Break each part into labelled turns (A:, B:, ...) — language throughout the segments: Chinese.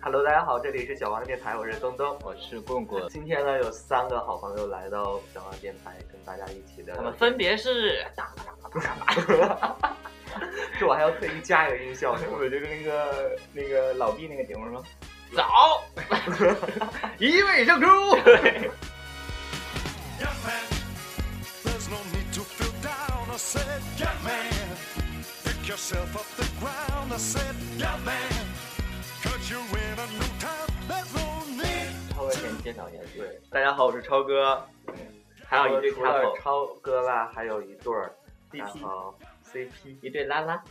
A: Hello，大家好，这里是小王电台，我是东东。
B: 我是棍棍，
A: 今天呢，有三个好朋友来到小王电台，跟大家一起聊
B: 他
A: 聊
B: 们。分别是
A: 这我还要特意加一个音效， 是吗？
B: 我就是那个那个老毕那个节目吗？早， 一味胜出。
C: Young man, there's no need to feel down. I said, young man, pick yourself up the ground. I said, young man, cause you're in a new time. There's no need.
B: 超哥先介绍一下自己，
A: 对，大家好，我是超哥。
B: 还有一对
A: 除了
B: couple，
A: 超哥吧，还有一对儿，
B: CP
A: 然后 CP
B: 一对拉拉，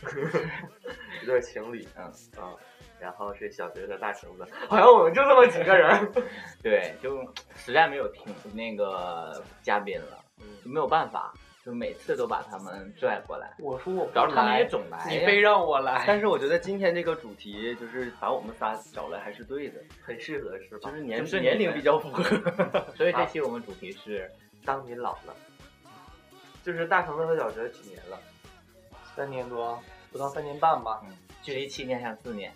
A: 一对儿情侣，
B: 嗯
A: 嗯，然后是小侄子、大侄子，好像我们就这么几个 人。
B: 对，就实在没有听那个嘉宾了，就没有办法，就每次都把他们拽过来，
D: 我说我
B: 主要
D: 不
B: 是他们
D: 来
B: 也，总来
D: 你
B: 呀，
D: 非让我来。
E: 但是我觉得今天这个主题就是把我们仨找来还是对的，
A: 很适合是
E: 就
A: 吧？
E: 是年
B: 就是你们
E: 年龄比较符合。 啊
B: 所以这期我们主题是
A: 当你老了，就是大橙子和小侄子几年了？
D: 三年多，不到三年半吧。
B: 距离七年像四年，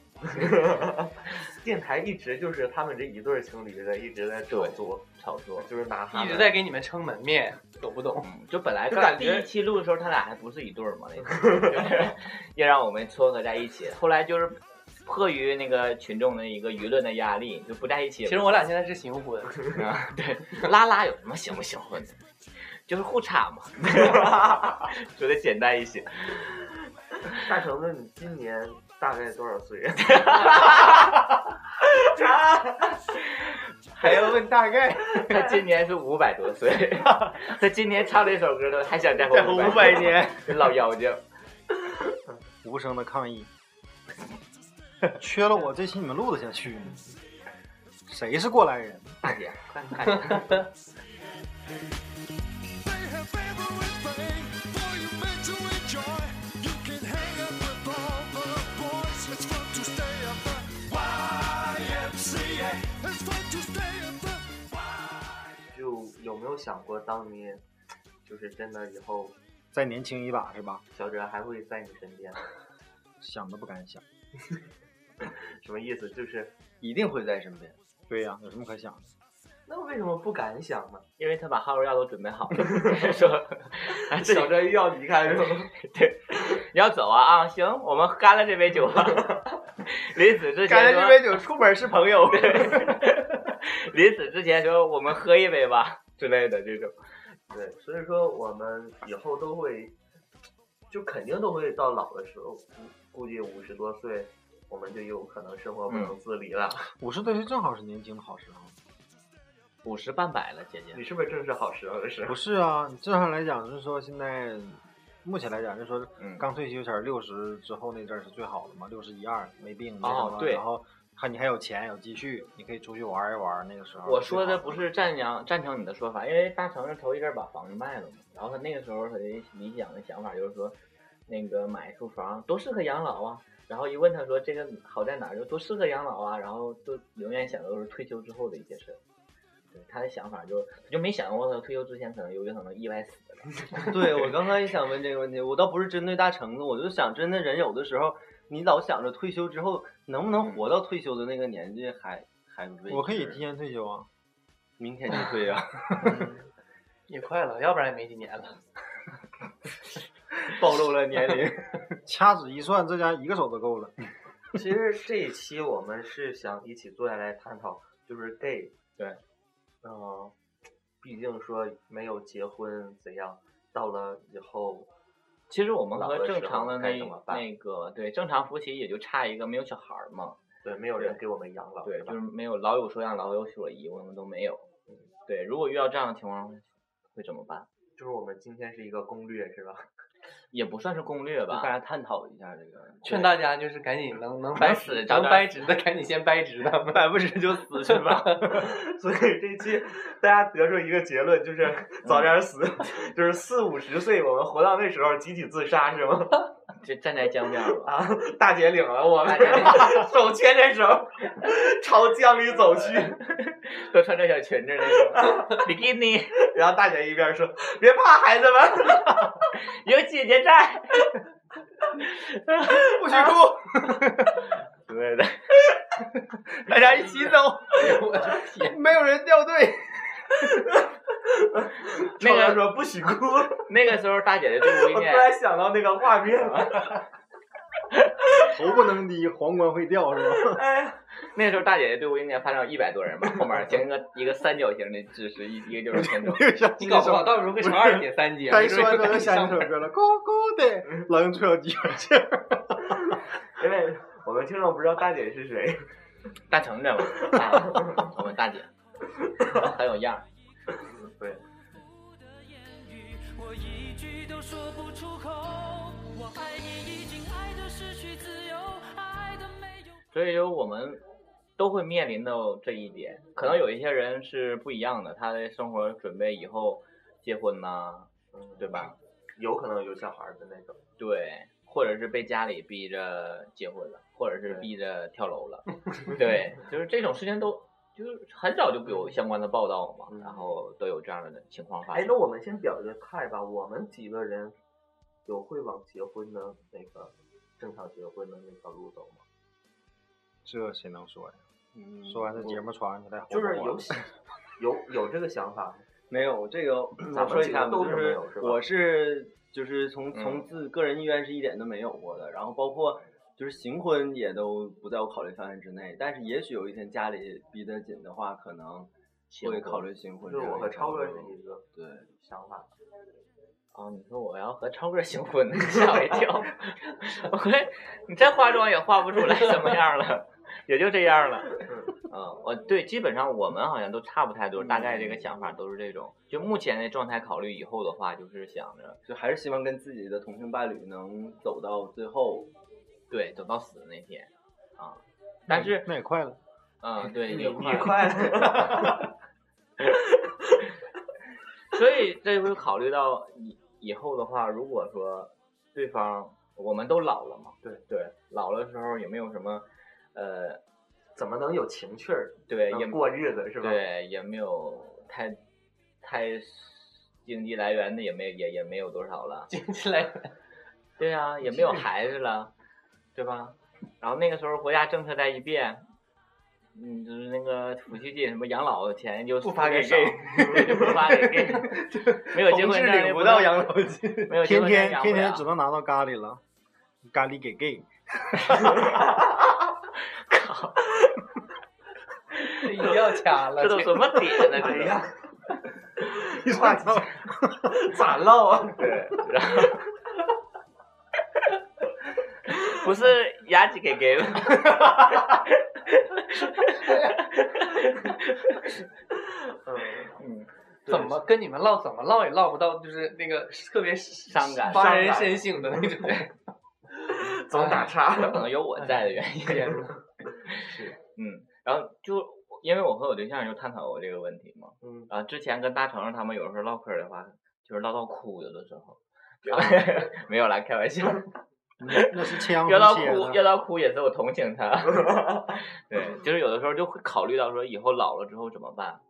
A: 电台一直就是他们这一对儿情侣在一直在炒作，
B: 炒作。
A: 就是拿他
D: 一
A: 们
D: 直在给你们撑门面， 懂不懂？
B: 嗯，就本来
D: 就
B: 刚
D: 感
B: 第
D: 觉
B: 一期录的时候，他俩还不是一对儿嘛，那 个要让我们撮合在一起。后来就是迫于那个群众的一个舆论的压力，就不在一 起
D: 其
B: 了。
D: 实我俩现在是行婚，
B: 啊，对，拉拉有什么行不行婚的？就是互插嘛， 说的简单一些。
A: 大橙子，你今年大概多少岁？
B: 还要问大概？他今年是五百多岁， 他今年唱这首歌都还想再活
E: 五百年，
B: 老妖精。
F: 无声的抗议。 缺了我这期你们录得下去吗？谁是过来人？
B: 大姐，快快！
C: They have everything for you meant to enjoy. You can hang out with all the boys. It's fun to stay at the YMCA. It's fun to stay at the
A: 就有没有想过，当你就是真的以后，
F: 再年轻一把是吧？
A: 小哲还会在你身边？
F: 想都不敢想。
A: 什么意思？就是
E: 一定会在身边。
F: 对呀、有什么可想的？
A: 那为什么不敢想呢？
B: 因为他把耗肉药都准备好了， 说哎
A: 小哲又要离开是吗？
B: 对，你要走啊啊，行，我们干了这杯酒吧。 临死之前说，
E: 感觉这杯酒出门 是朋友。
B: 临死之前说，我们喝一杯吧之类的这种。
A: 对，所以说我们以后都会，就肯定都会到老的时候，估估计五十多岁，我们就有可能生活不
D: 嗯
A: 能自理了。
F: 五十多岁正好是年轻的好时候。
B: 五十半百了，姐姐
A: 你是不是正是好时候的时候
F: 不？是啊，正常来讲就是说现在，目前来讲就是说
B: 嗯
F: 刚退休前六十之后那阵儿是最好的嘛，六十一二没病没什
B: 哦
F: 么，
B: 对
F: 然后还你还有钱有积蓄，你可以出去玩一玩。那个
A: 啊
F: 时候
B: 我说的
F: 最好
B: 不是赞扬赞成你的说法，因为大成是头一阵儿把房子卖了嘛，然后他那个时候他的理想的想法就是说，那个买一处房多适合养老啊。然后一问他说这个好在哪儿，就多适合养老啊。然后就永远想的都是退休之后的一些事儿。对他的想法就他就没想过他退休之前可能有可能意外死了。
E: 对我刚刚也想问这个问题，我倒不是针对大橙子，我就想真的人有的时候，你老想着退休之后能不能活到退休的那个年纪还，还未
F: 我可以
E: 知
F: 提前退休啊。
E: 明天就退啊。
D: 也快了，要不然也没几年了。
E: 暴露了年 龄。
F: 掐指一算，这家一个手都够了。
A: 其实这一期我们是想一起坐下来探讨，就是 gay，
B: 对，
A: 嗯、毕竟说没有结婚怎样，到了以后，
B: 其实我们
A: 老
B: 和
A: 的
B: 正
A: 时
B: 常
A: 候
B: 的
A: 该
B: 那
A: 怎么办
B: 那个对正常夫妻也就差一个没有小孩儿嘛，
A: 对，没有人给我们养老，
B: 对，
A: 是
B: 就
A: 吧
B: 是没有老有所养老有所依，我们都没有。嗯对，如果遇到这样的情况会怎么办？
A: 就是我们今天是一个攻略，是吧？
B: 也不算是攻略
E: 大
B: 吧，
E: 家探讨一下这 个，
D: 劝大家就是赶紧能能
B: 白
D: 掰
B: 死
D: 能
B: 找点
D: 掰直的赶紧先掰直的，
E: 买不值就死去 吧。
A: 所以这期大家得出一个结论， 就是早点死， 就是四五十岁，我们活到那时候集体自杀是吗？
B: 就站在江边儿吧。
A: 啊，大姐领了我们
B: 大姐领，
A: 手牵着手 朝江里走去，
B: 都穿着小裙子那 种比基尼，
A: 然后大姐一边说：“别怕，孩子们，
B: 有姐姐 在， 不许哭之类的。
E: 大家一起走，
B: 我的天，
E: 没有人掉队。
B: 那
A: 超哥
B: 个
A: 说不许哭，
B: 那个时候大姐的队伍
A: 我
B: 应
A: 突
B: 该
A: 然想到那个画面了。
F: 头不能低，皇冠会掉是吧？
A: 哎，
B: 那时候大姐姐队伍应该发展到一百多人吧，后面形成个一个三角形的姿势，一一个就是前 头。
F: 又想
D: 你
F: 起
D: 搞
F: 那
D: 不
F: 首
D: 好到时候会成二姐、三姐，
F: 该
D: 没准
F: 摔
D: 儿
F: 的又想起那首歌了，咕咕的，狼吹鸡 这
A: 因为我们听众不知道大姐是谁，
B: 大橙子嘛，啊我们大姐啊很有样儿。
A: 对，
G: 我一句都说不出口。我爱你，已经爱的失去自由，爱的没有。
B: 所以说我们都会面临到这一点，可能有一些人是不一样的，他的生活准备以后结婚呐、对吧？
A: 有可能有小孩的那种。
B: 对，或者是被家里逼着结婚了，或者是逼着跳 楼了，对，就是这种事情都就是很早就有相关的报道嘛，
A: 嗯
B: 然后都有这样的情况发
A: 哎
B: 生，。
A: 那我们先表一个态吧，我们几个人有会往结婚的那个正常结婚的那条路走吗？
F: 这谁能说呀？
E: 嗯
F: 说完这节目传上去再
A: 就是 有喜有有这个想法吗，
E: 没有这个，
A: 咱们
E: 我说
A: 几
E: 一
A: 个
E: 下吧，
A: 都
E: 就是
A: 没有是吧
E: 我是就是从
B: 嗯
E: 从自个人意愿是一点都没有过的，然后包括就是行婚也都不在我考虑范围之内，但是也许有一天家里逼得紧的话，可能
B: 行
E: 会
B: 婚
E: 考虑行
A: 就
E: 婚
A: 是
E: 这样一
A: 我
E: 条路。
A: 和超哥是一个
E: 对，
A: 想法。
B: 哦，你说我要和超哥行婚，吓我一 跳。我说你再化妆也化不出来什么样了，也就这样了。 嗯，我对，基本上我们好像都差不太多，大概这
A: 嗯
B: 个想法都是这种。就目前的状态考虑，以后的话就是想着，
E: 就还是希望跟自己的同性伴侣能走到最后。
B: 对，走到死的那天啊。但是，
F: 那也快了，
B: 嗯，对，
A: 你
B: 也快了
A: 快 了，
B: 所以这会考虑到以以后的话，如果说对方我们都老了嘛，
A: 对
B: 对，老了时候有没有什么呃
A: 怎么能有情趣儿？
E: 呃
B: 对，也
A: 能过日子是吧？
B: 对，也没有太太经济来源的，也没也也没有多少了。
D: 经济来源
B: 对啊，也没有孩子了，对吧？然后那个时候国家政策再一变，嗯，就是那个抚恤金什么养老钱就
E: 不发给
B: gay，就不发给 gay，没 有结
E: 同
B: 婚
E: 志
B: 证
E: 领
B: 也
E: 不到
B: 能
E: 养老金。
B: 没有结婚
F: 天
B: 证
F: 天
B: 养
F: 天
B: 不
F: 天
E: 啊
B: 了
F: 只能拿到咖喱了，咖喱给 gay，
D: 一定要掐了，
B: 这都什么点呢？
A: 哎
B: 这都。
A: 呀， 话题咋唠啊？
B: 对，然后不是牙几给给了，嗯，
D: 怎么跟你们唠，怎么唠也唠不到，就是那个特别
B: 伤感
D: 发人深省的那 种。
A: 总打岔。
E: 哎
B: 可能有我在的原因。
D: 天呐
B: 嗯，然后就因为我和我对象就探讨过这个问题嘛，
A: 嗯，
B: 啊，之前跟大成他们有时候唠嗑儿的话，就是唠到哭，有的时候。 没有啦，开玩笑。
F: 那是切洋
B: 要到
F: 葱切
B: 哭，
F: 的。
B: 要到哭也是我同情 他。对，就是有的时候就会考虑到说以后老了之后怎么办。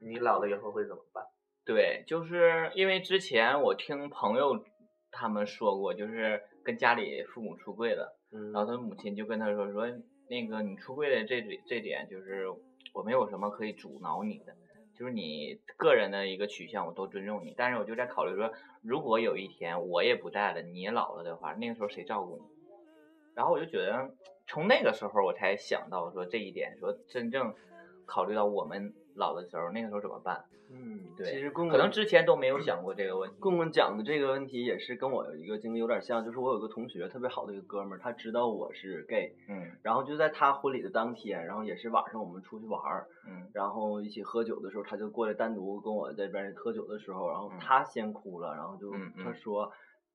A: 你老了以后会怎么办？
B: 对，就是因为之前我听朋友他们说过，就是跟家里父母出柜了，
A: 嗯
B: 然后他母亲就跟他说说，那个你出柜的这点这点，就是我没有什么可以阻挠你的，就是你个人的一个取向我都尊重你，但是我就在考虑说，如果有一天我也不在了，你也老了的话，那个时候谁照顾你？然后我就觉得，从那个时候我才想到说这一点，说真正考虑到我们老的时候，那个时候怎么办？
E: 嗯，
B: 对
E: 其实公
B: 可能之前都没有想过这个问题。
E: 棍棍讲的这个问题也是跟我有一个经历有点像，就是我有个同学特别好的一个哥们儿，他知道我是 gay，
B: 嗯
E: 然后就在他婚礼的当天，然后也是晚上我们出去玩儿，
B: 嗯
E: 然后一起喝酒的时候，他就过来单独跟我在这边喝酒的时候，然后他先哭了，然后就
B: 嗯嗯
E: 他说。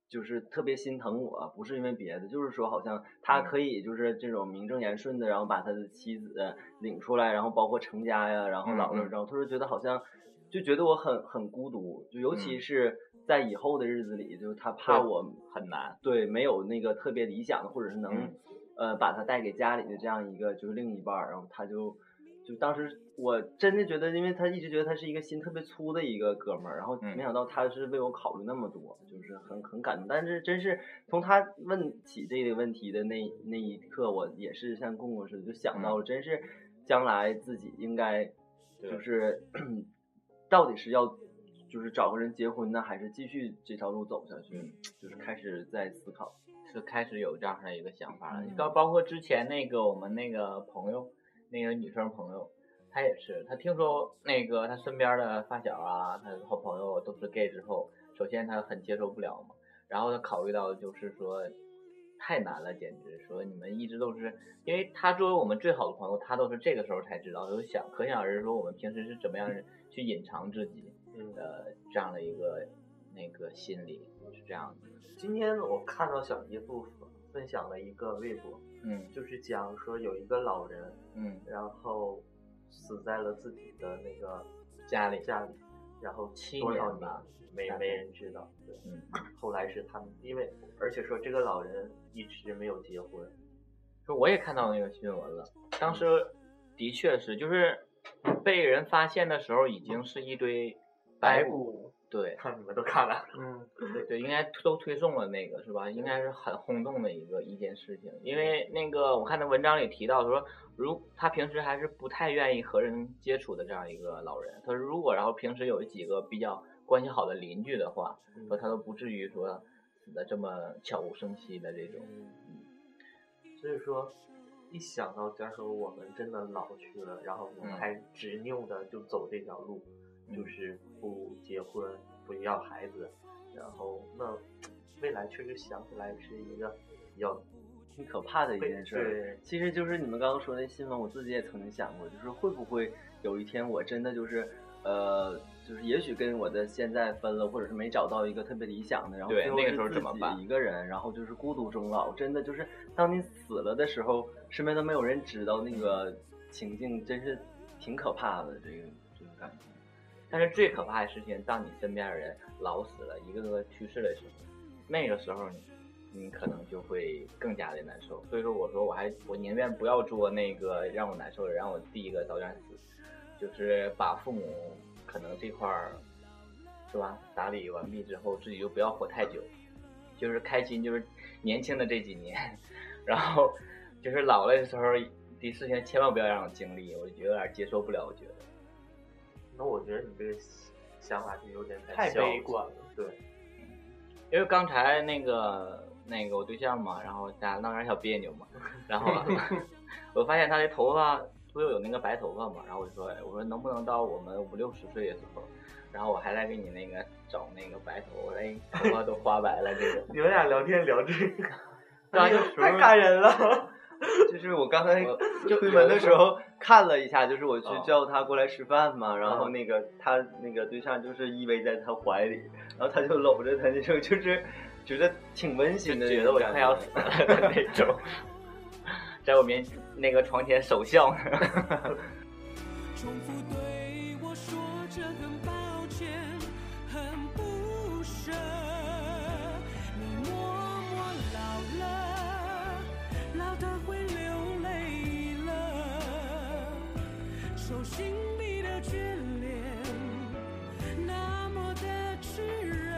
E: 就是特别心疼我，不是因为别的，就是说好像
B: 嗯
E: 他可以就是这种名正言顺的，然后把他的妻子领出来，然后包括成家呀，然后老了
B: 嗯嗯
E: 之后，他就觉得好像就觉得我很很孤独，就尤其是在以后的日子里，就是他怕
B: 嗯对
E: 我
B: 很难。
E: 对没有那个特别理想的，或者是能、
B: 嗯
E: 呃把他带给家里的这样一个就是另一半儿，然后他就就当时我真的觉得，因为他一直觉得他是一个心特别粗的一个哥们儿，然后
B: 嗯
E: 没想到他是为我考虑那么多，就是很很感动。但是真是从他问起这个问题的那那一刻，我也是像公公似的，就想到了，真是将来自己应该就是到底是要就是找个人结婚呢，还是继续这条路走下去？就是开始在思考。
B: 是开始有这样的一个想法了。包、包括之前那个我们那个朋友，那个女生朋友，她也是，她听说那个她身边的发小啊，她的好朋友都是 gay 之后，首先她很接受不了嘛，然后她考虑到就是说。太难了，简直说你们一直都是，因为她作为我们最好的朋友，她都是这个时候才知道，就想可想而知说我们平时是怎么样去隐藏自己的这样的一个那个心理是这样的，
A: 今天我看到小姨夫分享了一个微博，
B: 嗯
A: 就是讲说有一个老人，
B: 嗯，
A: 然后死在了自己的那个
B: 家里
A: 家里，然后
B: 七
A: 多少
B: 年吧
A: 没
B: 大概
A: 没人知道。对，
B: 嗯
A: 后来是他们，因为而且说这个老人一直没有结婚，
B: 就我也看到那个新闻了，当时的确是，就是被人发现的时候已经是一堆白骨，
D: 骨，
B: 对
A: 看你们都 看了，
D: 嗯，
B: 对对，应该都推送了那个是吧？应该是很轰动的一个一件事情，因为那个我看他文章里提到说，如他平时还是不太愿意和人接触的这样一个老人，他说如果然后平时有几个比较关系好的邻居的话，说他都不至于说死的这么悄无声息的这种，
A: 嗯所以说。一想到假如说我们真的老去了，然后我们
B: 嗯
A: 还执拗的就走这条路，就是不结婚、不要孩子，然后那未来确实想起来是一个比较
E: 挺可怕的一
A: 被
E: 件事儿，
A: 对
E: 其实就是你们刚刚说那新闻，我自己也曾经想过，就是会不会有一天我真的就是，呃，就是也许跟我的现在分了，或者是没找到一个特别理想的，然后
B: 对
E: 最后
B: 那个
E: 是
B: 时候怎么
E: 自己
B: 办
E: 一个人，然后就是孤独终老，真的就是当你死了的时候，身边都没有人知道那个情境，真是挺可怕的这个这个感觉。
B: 但是最可怕的事情，当你身边的人老死了，一个个去世的时候，那个时候你你可能就会更加的难受。所以说，我说我还我宁愿不要做那个让我难受的，让我第一个早点死，就是把父母可能这块儿是吧打理完毕之后，自己就不要活太久，就是开心，就是年轻的这几年，然后就是老了的时候的事情千万不要让我经历，我就有点接受不了，我觉得。
A: 那我觉得你这个想法就有点
D: 太
A: 消
D: 悲
A: 极
D: 观
A: 了。对，
B: 因为刚才那个那个我对象嘛，然后咱闹点小别扭嘛，
A: ，
B: 然后我发现他的头发不有有那个白头发嘛，然后我就说，哎我说能不能到我们五六十岁的时候，然后我还在给你那个找那个白头，我说哎，头发都花白了这种
A: 你们俩聊天聊这个，
E: 那个时候
A: 哎太感人了。
E: 啊 就是我刚才
B: 我
E: 就推门的时候看了一下，就是我去
B: 嗯
E: 叫他过来吃饭嘛，然后
A: 嗯
E: 那个他那个对象就是依偎在他怀里，然后他就搂着他那种，就是觉得挺温馨的
B: 觉
E: 那
B: 得
E: 种
B: 我
E: 感觉，
B: 快要死了的那种，在我面那个床前守孝呢。
G: 重复对我说着很抱歉，很不舍。你默默老了，老得会流泪了。手心里的眷恋，那么的炽热。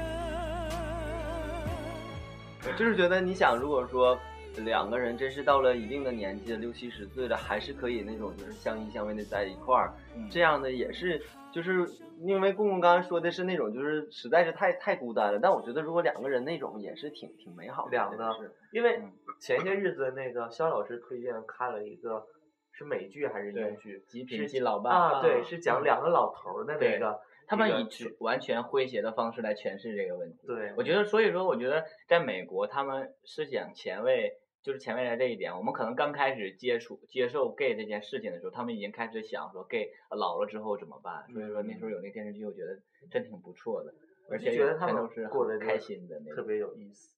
E: 就是觉得你想，如果说两个人真是到了一定的年纪，六七十岁了，还是可以那种就是相依相偎的在一块儿，这样的也是就是因为公公刚刚说的是那种就是实在是太太孤单了，但我觉得如果两个人那种也是挺挺美好的，
A: 两
E: 真的
A: 个
E: 是
A: 因为前些日子那个肖老师推荐看了一个是美剧还是
B: 对
A: 英剧？
B: 极
A: 是
B: 品基老伴，
A: 啊，对，
E: 啊
A: 是
D: 嗯
A: 讲两个老头儿的那
B: 对
A: 个。
B: 他们
A: 一个
B: 以完全诙谐的方式来诠释这个问题。
A: 对，
B: 我觉得，所以说，我觉得在美国，他们思想前卫，就是前卫在这一点。我们可能刚开始接触、接受 gay 这件事情的时候，他们已经开始想说 gay 呃老了之后怎么办。
D: 嗯
B: 所以说那时候有那电视剧，我觉得真挺不错的，而且
A: 觉得他
B: 全
A: 们
B: 都是
A: 过得
B: 很
A: 就
B: 开心的那
A: 特
B: 种。
A: 别有意思。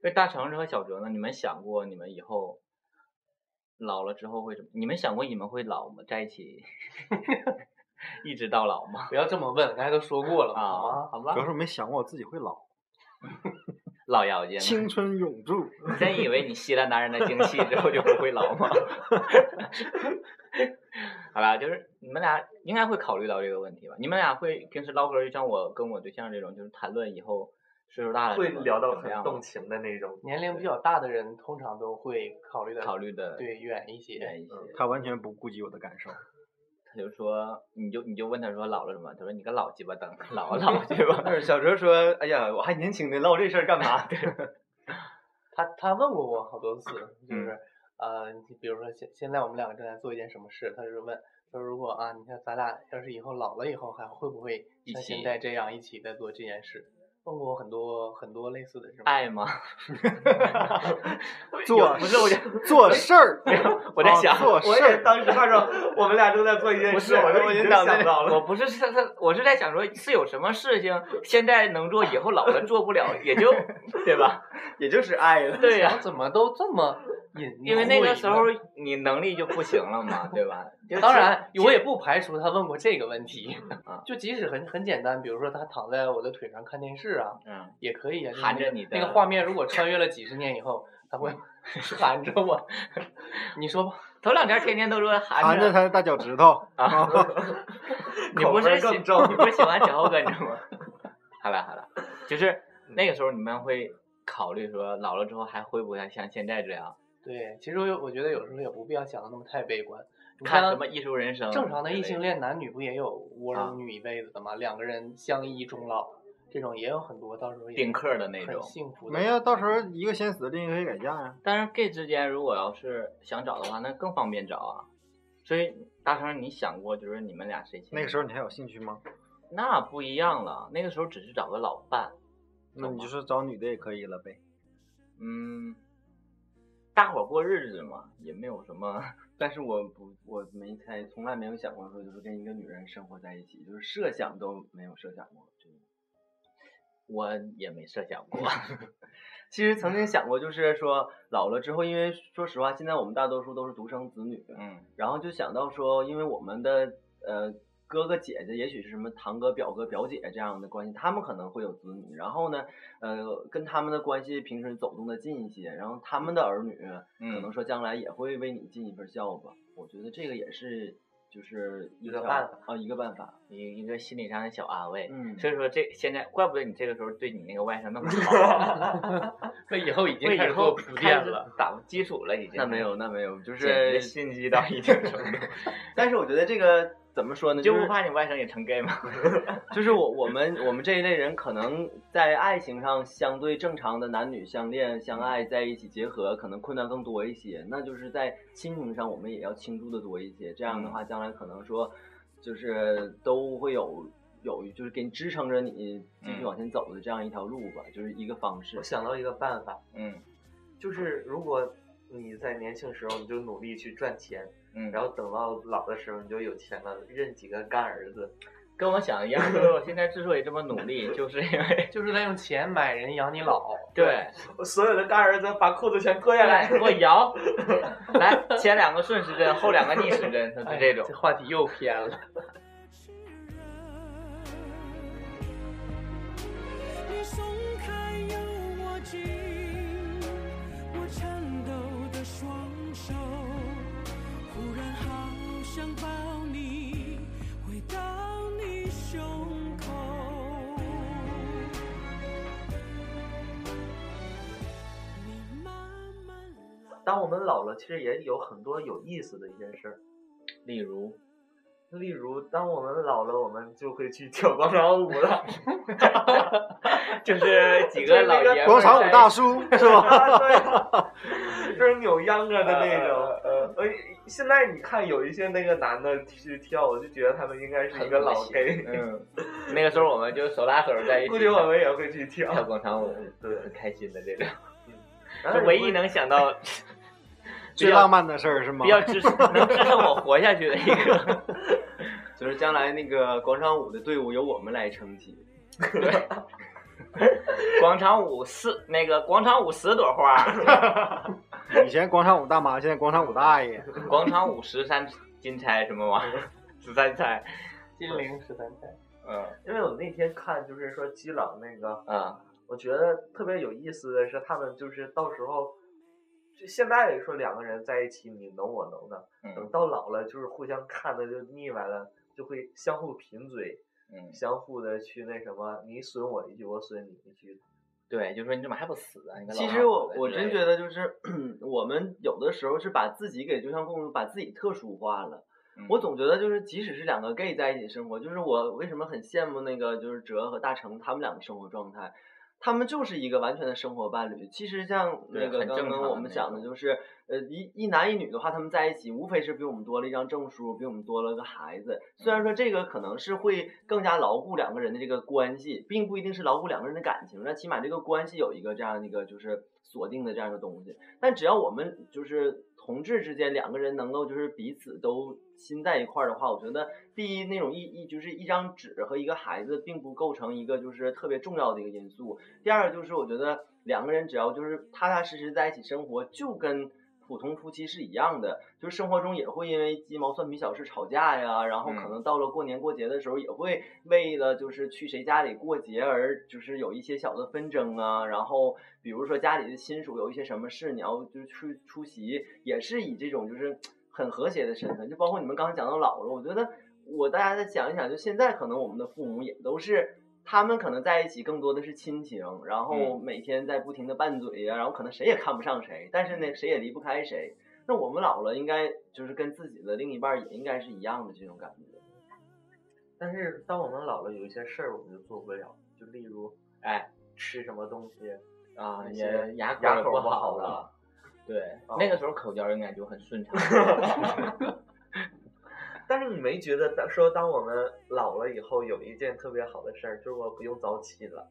B: 对大橙子和小哲呢，你们想过你们以后老了之后会怎么？你们想过你们会老吗？在一 起一直到老吗？
D: 不要这么问，刚才都说过了，好吗？
B: 啊，好吧
F: 主要，是我没想过我自己会老，
B: 老妖 精，
F: 青春永驻。
B: 你真以为你吸了男人的精气之后就不会老吗？ 好吧，就是你们俩应该会考虑到这个问题吧？你们俩会平时唠嗑，就像我跟我对象这种，就是谈论以后岁数大 了
A: 会
B: 怎么
A: 聊到
B: 怎么
A: 很
B: 样
A: 动情的那种。
D: 年龄比较大的人通常都会考虑的
B: 考虑的
D: 对远一
B: 远
D: 些。
B: 一些。
A: 嗯
F: 他完全不顾及我的感受。
B: 他就说，你就你就问他说老了什么？他说你个老鸡巴灯，老啊老去吧。
E: 但是小哲说：“哎呀，我还年轻呢，唠这事儿干嘛？” 对，
D: 他他问过我好多次，就是、呃，你比如说现现在我们两个正在做一件什么事，他就问说如果啊，你看咱俩要是以后老了以后还会不会
B: 一
D: 像现
B: 起
D: 在这样一起在做这件事？问过我很多很多类似的这种，
B: 爱吗？
F: 做
B: 不是我就
F: 做事儿，
B: 我在
F: 啊
B: 想，
F: 做
A: 我
F: 事
A: 也
F: 儿，
A: 当时看着我们俩正在做一件
B: 不
A: 事，
B: 是，
A: 我就
B: 我
A: 已
B: 已
A: 经
B: 经
A: 想到
B: 我
A: 了。
B: 不是是他，我是在想说是有什么事情现在能做，以后老了做不了，也就对吧？
E: 也就是爱了。
B: 对呀、
D: 我怎么都这么隐
B: 因为那
D: 晦
B: 个
D: 呢
B: 时候你能力就不行了嘛，对吧？就
D: 当然，我也不排除他问过这个问 题
A: 嗯
B: 啊。
D: 就即使很很简单，比如说他躺在我的腿上看电视啊，
B: 嗯，
D: 也可以啊。就是
B: 含着
D: 那个
B: 你
D: 那
B: 的
D: 个画面，如果穿越了几十年以后，他会含着 我。你说吧，
B: 头两天天天都说含
F: 含啊着他的大脚趾 头，哦
B: 啊，你
A: 口
B: 不
A: 味
B: 是
A: 儿更
B: 喜
A: 重
B: 你不是喜欢小后跟着 吗？好了好了，就是那个时候你们会考虑说老了之后还会不会像现在这样
D: 对，其实我有我觉得有时候也不必要想的那么太悲观。你
B: 看
D: 像
B: 什么艺术人生？
D: 正常的异性，恋男女不也有无
B: 嗯啊
D: 儿无女一辈子的吗？两个人相依终老，这种也有很多，到时候也
B: 丁克的那
D: 很
B: 种
D: 幸福的。
F: 没有，到时候一个先死，另一个可以改嫁呀。
B: 但是 gay 之间如果要是想找的话，那更方便找啊。所以大成，你想过就是你们俩谁先？
F: 那个时
B: 候
F: 候你还有兴趣吗？
B: 那不一样了，那个时候只是找个老伴，
F: 那你就是找女的也可以了呗。
B: 嗯，大伙儿过日子嘛，也没有什么。
E: 但是我不，我没太从来没有想过说，就是跟一个女人生活在一起，就是设想都没有设想过。这个
B: 我也没设 想过，
E: 其实曾经想过，就是说老了之后，因为说实话，现在我们大多数都是独生子女，
B: 嗯，
E: 然后就想到说，因为我们的呃哥哥姐姐，也许是什么堂哥、表哥、表姐这样的关系，他们可能会有子女，然后呢，呃，跟他们的关系平时走动的近一些，然后他们的儿女可
B: 嗯
E: 能说将来也会为你尽一份孝吧。我觉得这个也是就是一
A: 个
E: 条
A: 办法
E: 啊，一个办法。
B: 一一个心理上的小安慰。
E: 嗯
B: 啊所以说这现在，怪不得你这个时候对你那个外甥那么好，
D: 那以后已
B: 因
D: 经
B: 为
D: 开
B: 以
D: 始做
B: 后
D: 铺
B: 开
D: 垫
B: 始
D: 了。
B: 打基础了已经。
E: 那没有，那没有，就
B: 简直
E: 是，
B: 心机到一定程 度，
E: 但是我觉得这个怎么说呢，
B: 你就是不怕你外甥也成 gay 吗？
E: 就是我我们我们这一类人，可能在爱情上相对正常的男女相恋相爱在一起结合，可能困难更多一些。那就是在亲情上，我们也要倾注的多一些。这样的话，将来可能说，就是都会有有就是给你支撑着你继续
B: 嗯
E: 往前走的这样一条路吧，就是一个方式
A: 我。想到一个办法，
B: 嗯
A: 就是如果你在年轻时候你就努力去赚钱，
B: 嗯，
A: 然后等到老的时候你就有钱了，认几个干儿子。
B: 跟我想一样，就是我现在之所以这么努力，就是因为
D: 就是在用钱买人养你老，
B: 对，
A: 我所有的干儿子把裤子全脱下
B: 再
A: 来
B: 来，给我 摇，来前两个顺时针，后两个逆时针，它
D: 哎
B: 是这种
D: 这。话题又偏了。
G: 痴人，你松开又握紧我颤抖的双手，忽然好想抱你，回到你胸口。你慢慢老。
A: 当我们老了，其实也有很多有意思的一件事儿。
B: 例如，
A: 例如，当我们老了，我们就会去跳广场舞 了。
B: 就是几个老爷们儿
F: 广场舞大 叔是吧？
A: 啊， 对啊，就是扭秧歌的那种。呃，呃现在你看有一些那个男的去跳，我就觉得他们应该是一个老 gay，
B: 在嗯，那个时候我们就手拉手在一起
A: 估计我们也会去
B: 跳
A: 跳。
B: 广场舞，
A: 对，
B: 很开心的这种，
A: 然后
B: 是
A: 你
B: 唯
A: 会
B: 一能想到
F: 最浪漫的事儿是吗
B: 比？较支持能支撑我活下去的一个。
E: 就是将来那个广场舞的队伍由我们来撑起。
B: 广场舞四那个广场舞十朵花，
F: 以前广场舞大妈，现在广场舞大爷。
B: 广场舞十三金钗什么玩意儿， 十三钗，
D: 金陵十三钗，
B: 嗯
A: 因为我那天看就是说基佬那个，
B: 啊
A: 我觉得特别有意思的是，他们就是到时候就现在说两个人在一起你侬我侬的，等
B: 嗯
A: 到老了就是互相看的就腻歪了，就会相互贫嘴，
B: 嗯，
A: 相互的去那什么，你损我一句，我损你一句。
B: 对，就说你怎么还不死啊？你个老
E: 其
B: 汉
E: 实
B: 子
E: 我哎我
B: 之
E: 真
B: 类
E: 觉
B: 的
E: 得就是 我们有的时候是把自己给就像共鸣，把自己特殊化了。
B: 嗯
E: 我总觉得就是即使是两个 gay 在一起生活，就是我为什么很羡慕那个就是哲和大成他们俩的生活状态。他们就是一个完全的生活伴侣。其实像
B: 对
E: 那个
B: 很正常
E: 刚刚
B: 的
E: 我们
B: 那
E: 想的，就是呃一一男一女的话，他们在一起无非是比我们多了一张证书，比我们多了个孩子。
B: 嗯
E: 虽然说这个可能是会更加牢固两个人的这个关系，并不一定是牢固两个人的感情，但起码这个关系有一个这样的一个就是锁定的这样一个东西。但只要我们就是同志之间两个人能够就是彼此都心在一块儿的话，我觉得第一那种一一就是一张纸和一个孩子并不构成一个就是特别重要的一个因素。第二个就是我觉得两个人只要就是踏踏实实在一起生活，就跟普通夫妻是一样的，就是生活中也会因为鸡毛蒜皮小事吵架呀，然后可
B: 嗯
E: 能到了过年过节的时候，也会为了就是去谁家里过节而就是有一些小的纷争啊，然后比如说家里的亲属有一些什么事，你要就去出席，也是以这种就是很和谐的身份，就包括你们刚才讲到老了，我觉得我大家再想一想，就现在可能我们的父母也都是。他们可能在一起更多的是亲情，然后
B: 嗯
E: 每天在不停的拌嘴呀、然后可能谁也看不上谁，但是呢，谁也离不开谁。那我们老了，应该就是跟自己的另一半儿也应该是一样的这种感觉。
A: 但是当我们老了，有一些事儿我们就做不了，就例如
B: 哎
A: 吃什么东西，
B: 啊，
A: 那
B: 你
A: 些
B: 牙口
A: 牙
B: 也
A: 口
B: 不
A: 不
B: 好
A: 好了。
B: 对，
A: 哦
B: 那个时候口交应该就很顺畅。
A: 但是你没觉得当说当我们老了以后，有一件特别好的事儿，就是我不用早起了，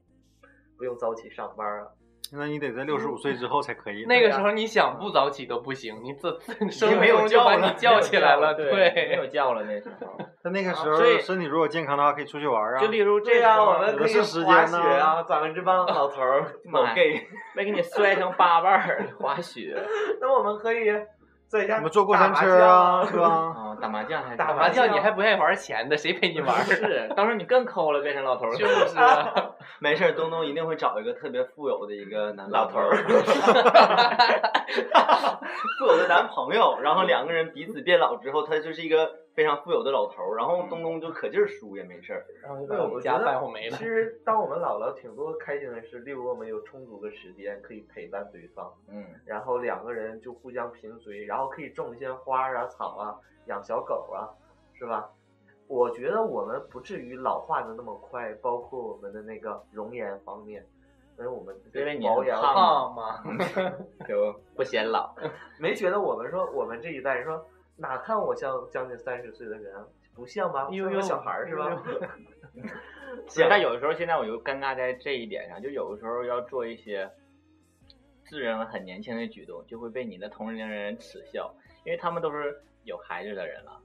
A: 不用早起上班啊。
F: 那你得在六十五岁之后才可以。
D: 那个时候你想不早起都不行，你这
B: 已
D: 生
B: 经没有
D: 物钟就把
B: 觉了
D: 你叫起来了，
B: 对，没有叫了那时候。
F: 那那个时
B: 啊所以
F: 候身体如果健康的话，可以出去玩儿啊。
B: 就例如这
A: 对
B: 时
A: 呀、
B: 候
A: 我们
F: 有
A: 可
F: 的
A: 以
F: 是时
A: 滑
F: 间
A: 雪
F: 呐
A: 啊，咱们这帮老头 儿。
B: 妈呀
E: gay，
B: 没给你摔成八瓣儿，滑雪
A: 那我们可以在家
F: 什么坐过
A: 打
F: 山
A: 麻
F: 车
A: 将
F: 啊，是吧？
B: 啊，打麻将还是？
A: 打
D: 打麻将你还不愿意玩钱的，谁陪你玩
B: 是，到时候你更抠了，变成老头儿
D: 就
B: 了。
D: 是啊，
E: 没事儿，东东一定会找一个特别富有的一个男
B: 老头
E: 儿， 富有的男朋友，然后两个人彼此变老之后，他就是一个非常富有的老头儿，然后东东就可劲儿输也没事儿。
D: 然后就
A: 对
D: 把
A: 我
D: 我
A: 觉
D: 家
A: 得
D: 败火没了
A: 其。实，当我们老了，挺多开心的事，例如我们有充足的时间可以陪伴对方，
B: 嗯，
A: 然后两个人就互相贫嘴，然后可以种一些花啊、草啊，养小狗啊，是吧？我觉得我们不至于老化的那么快，包括我们的那个容颜方面，因为我们
B: 因为你
A: 保
B: 很
A: 养
B: 胖
D: 胖嘛，
B: 就不显老。
A: 没觉得我们说我们这一代人说哪看我像将近三十岁的人啊，不像吧？
D: 呦
A: 像
D: 呦
A: 个小孩儿是吧？
B: 现在有的时候，现在我就尴尬在这一点上，就有的时候要做一些自认为很年轻的举动，就会被你的同龄人耻笑，因为他们都是有孩子的人了，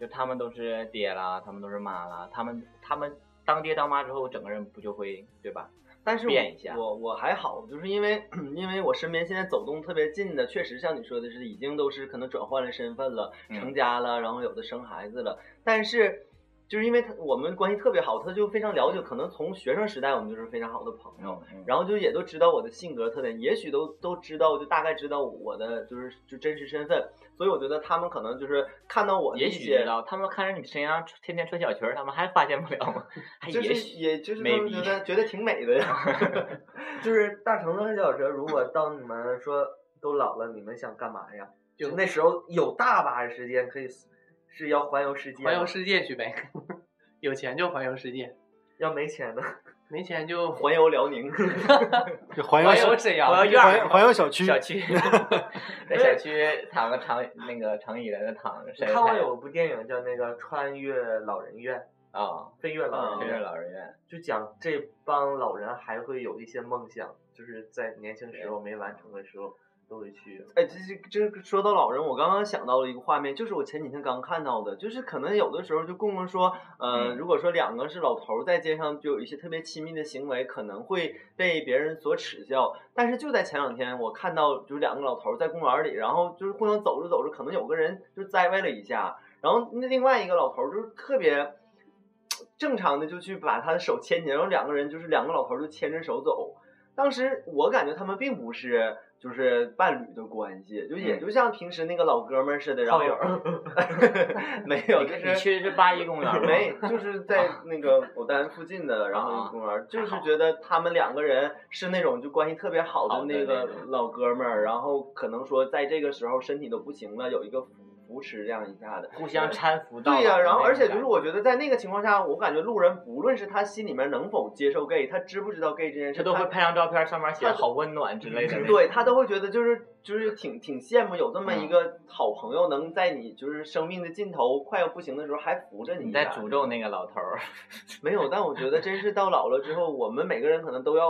B: 就他们都是爹啦，他们都是妈啦，他们他们当爹当妈之后，整个人不就会对吧？
E: 但是
B: 变一下
E: 我我我还好，就是因为 因为我身边现在走动特别近的，确实像你说的是，已经都是可能转换了身份了，
B: 嗯
E: 成家了，然后有的生孩子了，但是。就是因为他我们关系特别好，他就非常了解，可能从学生时代我们就是非常好的朋友，
B: 嗯
E: 然后就也都知道我的性格特点，也许都都知道，就大概知道我的就是就真实身份，所以我觉得他们可能就是看到我的
B: 也
E: 一
B: 许
E: 些
B: 知，道，他们看着你身上穿天天穿小裙儿，他们还发现不了吗？还
E: 就
B: 也
E: 是
B: 许
E: 也就是他们
B: maybe
E: 觉得觉得挺美的呀。
A: 就是大成和小哲，如果当你们说都老了，你们想干嘛呀？就那时候有大把的时间可以，是要环游世界吗，
D: 环游世界去呗，有钱就环游世界，
A: 要没钱 呢？
D: 没钱就
E: 环游辽宁，
F: 就环游
D: 环游
F: 小
D: 沈阳，
B: 环游
D: 就
B: 院
F: 环
B: 儿
F: 游环游小区，
B: 小区
E: 哎
B: 在小区躺个长那个长椅在那躺着晒晒
A: 看过
B: 太阳
A: 有部电影叫那个《穿越老人院》，
B: 啊，
A: 飞越老人
E: 嗯
B: 这是
A: 院，
B: 老人院。
A: 就讲这帮老人还会有一些梦想，就是在年轻时候没完成的时候都会去。
E: 哎，这这这个说到老人，我刚刚想到了一个画面，就是我前几天刚看到的，就是可能有的时候就公公说，呃，
B: 嗯
E: 如果说两个是老头儿在街上就有一些特别亲密的行为，可能会被别人所耻笑。但是就在前两天，我看到就是两个老头儿在公园里，然后就是互相走着走着，可能有个人就栽歪了一下，然后那另外一个老头儿就是特别。正常的就去把他的手牵起来，然后两个人就是两个老头儿就牵着手走，当时我感觉他们并不是就是伴侣的关系，就也
B: 嗯
E: 就像平时那个老哥们儿似的，然后
A: 炮友
E: 没有，
B: 你
E: 就
B: 你
E: 是
B: 去的是八一公园吗？
E: 没，就是在那个牡丹附近的，然后一
B: 啊
E: 个公园儿，就是觉得他们两个人是那种就关系特别好
B: 好的
E: 的那
B: 那
E: 个
B: 种
E: 老哥们儿，然后可能说在这个时候身体都不行了，有一个扶扶持这样一下的。
B: 互相搀扶到老的那种感
E: 对
B: 觉。
E: 呀、然后而且就是我觉得在那个情况下，我感觉路人不论是他心里面能否接受 gay，他知不知道 gay 这件事，
B: 这都
E: 他
B: 会拍张照片，上面写
E: 他
B: “好温暖”之类的那种。
E: 对他都会觉得就是就是挺挺羡慕有这
B: 嗯
E: 么一个好朋友，能在你就是生命的尽头快要不行的时候还扶着你一
B: 你
E: 把。
B: 在诅咒那个老头儿，
E: 没有，但我觉得真是到老了之后，我们每个人可能都要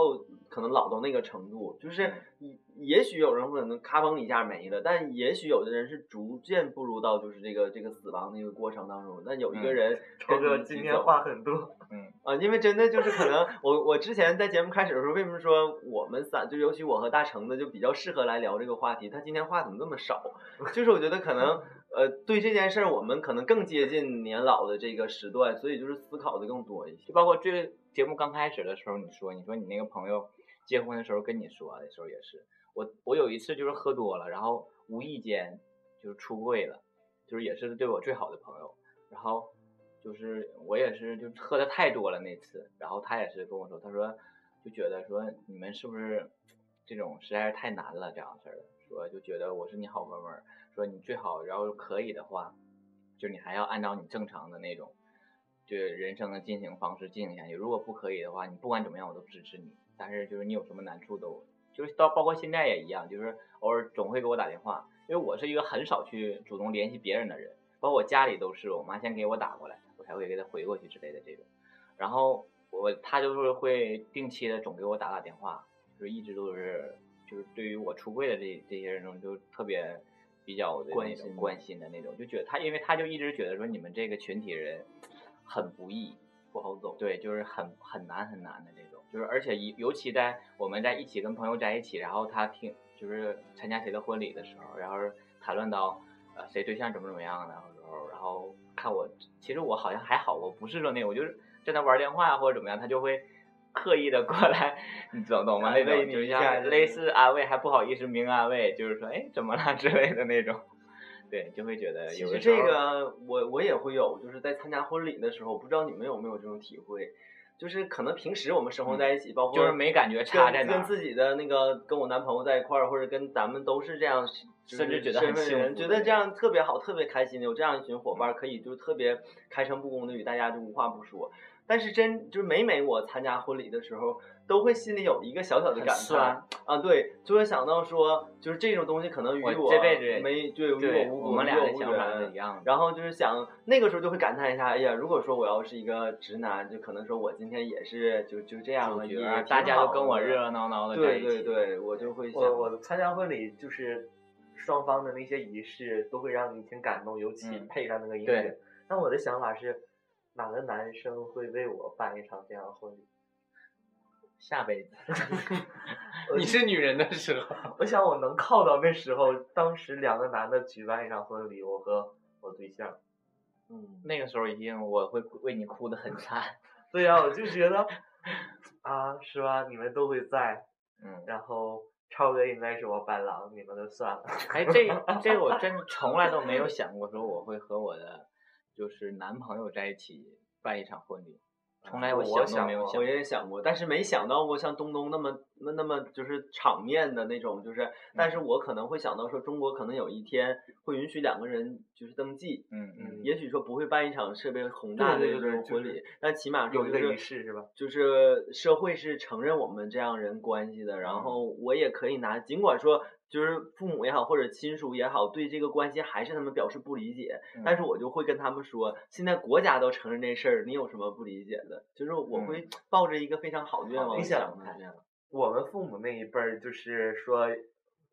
E: 可能老到那个程度，
A: 嗯
E: 就是也也许有人可能咔嘣一下没了，但也许有的人是逐渐步入到就是这个这个死亡那个过程当中。但有一个人
A: 超
E: 跟
A: 哥
E: 你一
A: 嗯今
E: 起
A: 天
E: 走。
A: 话很多，嗯
E: 啊，因为真的就是可能我我之前在节目开始的时候，为什么说我们仨，就尤其我和大橙子就比较适合来聊这个话题？他今天话怎么这么少？就是我觉得可能呃，对这件事儿我们可能更接近年老的这个时段，所以就是思考的更多一些。
B: 就包括这个节目刚开始的时候，你说你说你那个朋友结婚的时候跟你说的时候也是，我我有一次就是喝多了，然后无意间就是出柜了，就是也是对我最好的朋友，然后就是我也是就喝的太多了那次，然后他也是跟我说，他说就觉得说你们是不是这种实在是太难了这样事儿，说就觉得我是你好哥们儿，说你最好要是可以的话，就你还要按照你正常的那种，就是人生的进行方式进行下去。如果不可以的话，你不管怎么样我都支持你。但是就是你有什么难处都，就是到包括现在也一样，就是偶尔总会给我打电话，因为我是一个很少去主动联系别人的人，包括我家里都是，我妈先给我打过来，我才会给她回过去之类的这种。然后我她就是会定期的总给我打打电话，就是一直都是就是对于我出柜的这这些人中就特别比较的那种
E: 关心
B: 关心的那种，就觉得她因为她就一直觉得说你们这个群体人很不易，不好走，对，就是很很难很难的这种，就是而且尤尤其在我们在一起跟朋友在一起，然后她听就是参加谁的婚礼的时候，然后谈论到呃谁对象怎么怎么样的时候，然后看我，其实我好像还好，我不是说那个，我就是在那玩电话或者怎么样，他就会刻意的过来，你懂懂吗？那
E: 安慰
B: 种
E: 你
B: 就
E: 一下
B: 像
E: 就是
B: 类似安慰，还不好意思明安慰，就是说哎怎么了 之类的那种，对，就会觉得
E: 其
B: 有
E: 实
B: 的时候
E: 这个我我也会有，就是在参加婚礼的时候，不知道你们有没有这种体会，就是可能平时我们生活在一起，包
B: 嗯
E: 括
B: 就是没感觉差在
E: 跟
B: 哪
E: 跟
B: 儿，
E: 自己的那个跟我男朋友在一块儿，或者跟咱们都是这样，就是
B: 甚至觉得
E: 身
B: 很
E: 份
B: 幸
E: 人
B: 福嗯
E: 觉得这样特别好，特别开心，有这样一群伙伴儿可以就是特别开诚布公的与大家就无话不说。但是真就是每每我参加婚礼的时候，都会心里有一个小小的
B: 很
E: 感
B: 酸
E: 叹啊，对，就会想到说，就是这种东西可能与
B: 我
E: 我
B: 这辈子也
E: 没对与
B: 对，
E: 无
B: 我
E: 关，
B: 们
E: 与
B: 俩
E: 我
B: 的
E: 无
B: 想法
E: 缘
B: 是一样的。
E: 然后就是想那个时候就会感叹一下，哎呀，如果说我要是一个直男，就可能说我今天也是就就这样了，
B: 主
E: 也
B: 角
E: 挺
B: 儿
E: 好
B: 啊大家都跟我
E: 的
B: 热热闹闹的在
E: 对
B: 一起，
E: 对对，我就会想
A: 我我参加婚礼就是双方的那些仪式都会让你挺感动，尤其
B: 嗯
A: 配上那个音
B: 对
A: 乐。但我的想法是，哪个男生会为我办一场这样的婚礼？
B: 下辈 子
D: 你是女人的时候，
A: 我想我能靠到那时候，当时两个男的举办一场婚礼，我和我对象。
B: 那个时候一定我会为你哭得很惨。
A: 对呀、我就觉得啊，是吧？你们都会在，
B: 嗯，
A: 然后超哥应该是我伴郎，你们都算了。
B: 哎， 这这我真从来都没有想过，说我会和我的就是男朋友在一起办一场婚礼，从来
A: 啊我
B: 想都
A: 想
B: 没有
A: 过
B: 想
E: 我。也想过，但是没想到过像东东那么那那么就是场面的那种，就是，但
A: 嗯
E: 是我可能会想到说，中国可能有一天会允许两个人就是登记，
B: 嗯嗯，
E: 也许说不会办一场特别宏大的
A: 对
E: 这
A: 对对
E: 种
A: 就
E: 婚
A: 是
E: 礼，但起码说
A: 有一
E: 就
A: 个
E: 是
A: 仪式 是吧？
E: 就是社会是承认我们这样人关系的，
A: 嗯
E: 然后我也可以拿，尽管说就是父母也好或者亲属也好，对这个关系还是他们表示不理解，
B: 嗯
E: 但是我就会跟他们说，现在国家都承认这事儿，你有什么不理解的？就是我
A: 嗯
E: 会抱着一个非常好的愿望
A: 你
E: 去
A: 想
E: 想他这样。
A: 我们父母那一辈儿就是说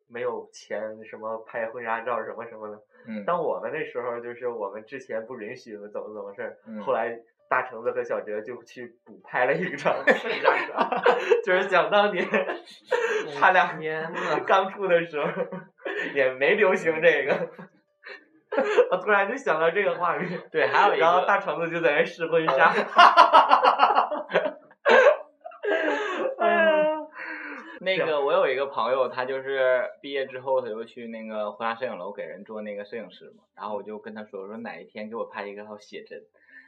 A: 没有钱，什么拍婚纱照什么什么的。
B: 嗯，
A: 但我们那时候就是我们之前不允许怎么怎么事儿，
B: 嗯
A: 后来大橙子和小哲就去补拍了一张婚纱照， 就是想当年
B: 嗯
A: 他俩
D: 天呐，
A: 刚出的时候 也没流行这个。
B: 嗯
A: 我突然就想到这个画面，
B: 对，还有一个，啊
A: 然后大橙子就在那试婚 纱，哎呀，
B: 那个我有一个朋友，他就是毕业之后，他就去那个婚纱摄影楼给人做那个摄影师嘛。然后我就跟他说，我说哪一天给我拍一个套写真，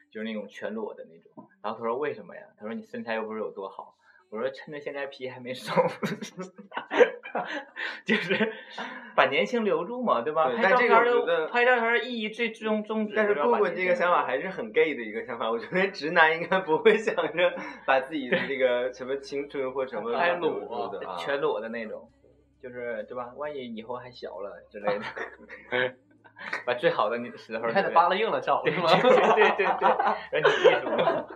B: 就是那种全裸的那种。然后他说为什么呀？他说你身材又不是有多好。我说趁着现在皮还没瘦， 就是把年轻留住嘛，对吧？
E: 对
B: 拍
E: 但
B: 照
E: 这
B: 片
E: 个
B: 儿
E: 我觉
B: 的
E: 得
B: 拍照片儿的意义最最终宗旨。
E: 但是
B: 要把
E: 棍棍
B: 年
E: 这
B: 轻
E: 个
B: 留
E: 想法
B: 住
E: 还是很 gay 的一个想法，我觉得直男应该不会想着把自己的这个什么青春或什么
D: 还
E: 留
D: 裸
E: 住的啊。
B: 全裸的那种，就是对吧？万一以后还小了之类 的，把最好的你时候
D: 你看他
B: 留
D: 扒拉硬了照
B: 对
D: 是吗？
B: 对对对，让你记住。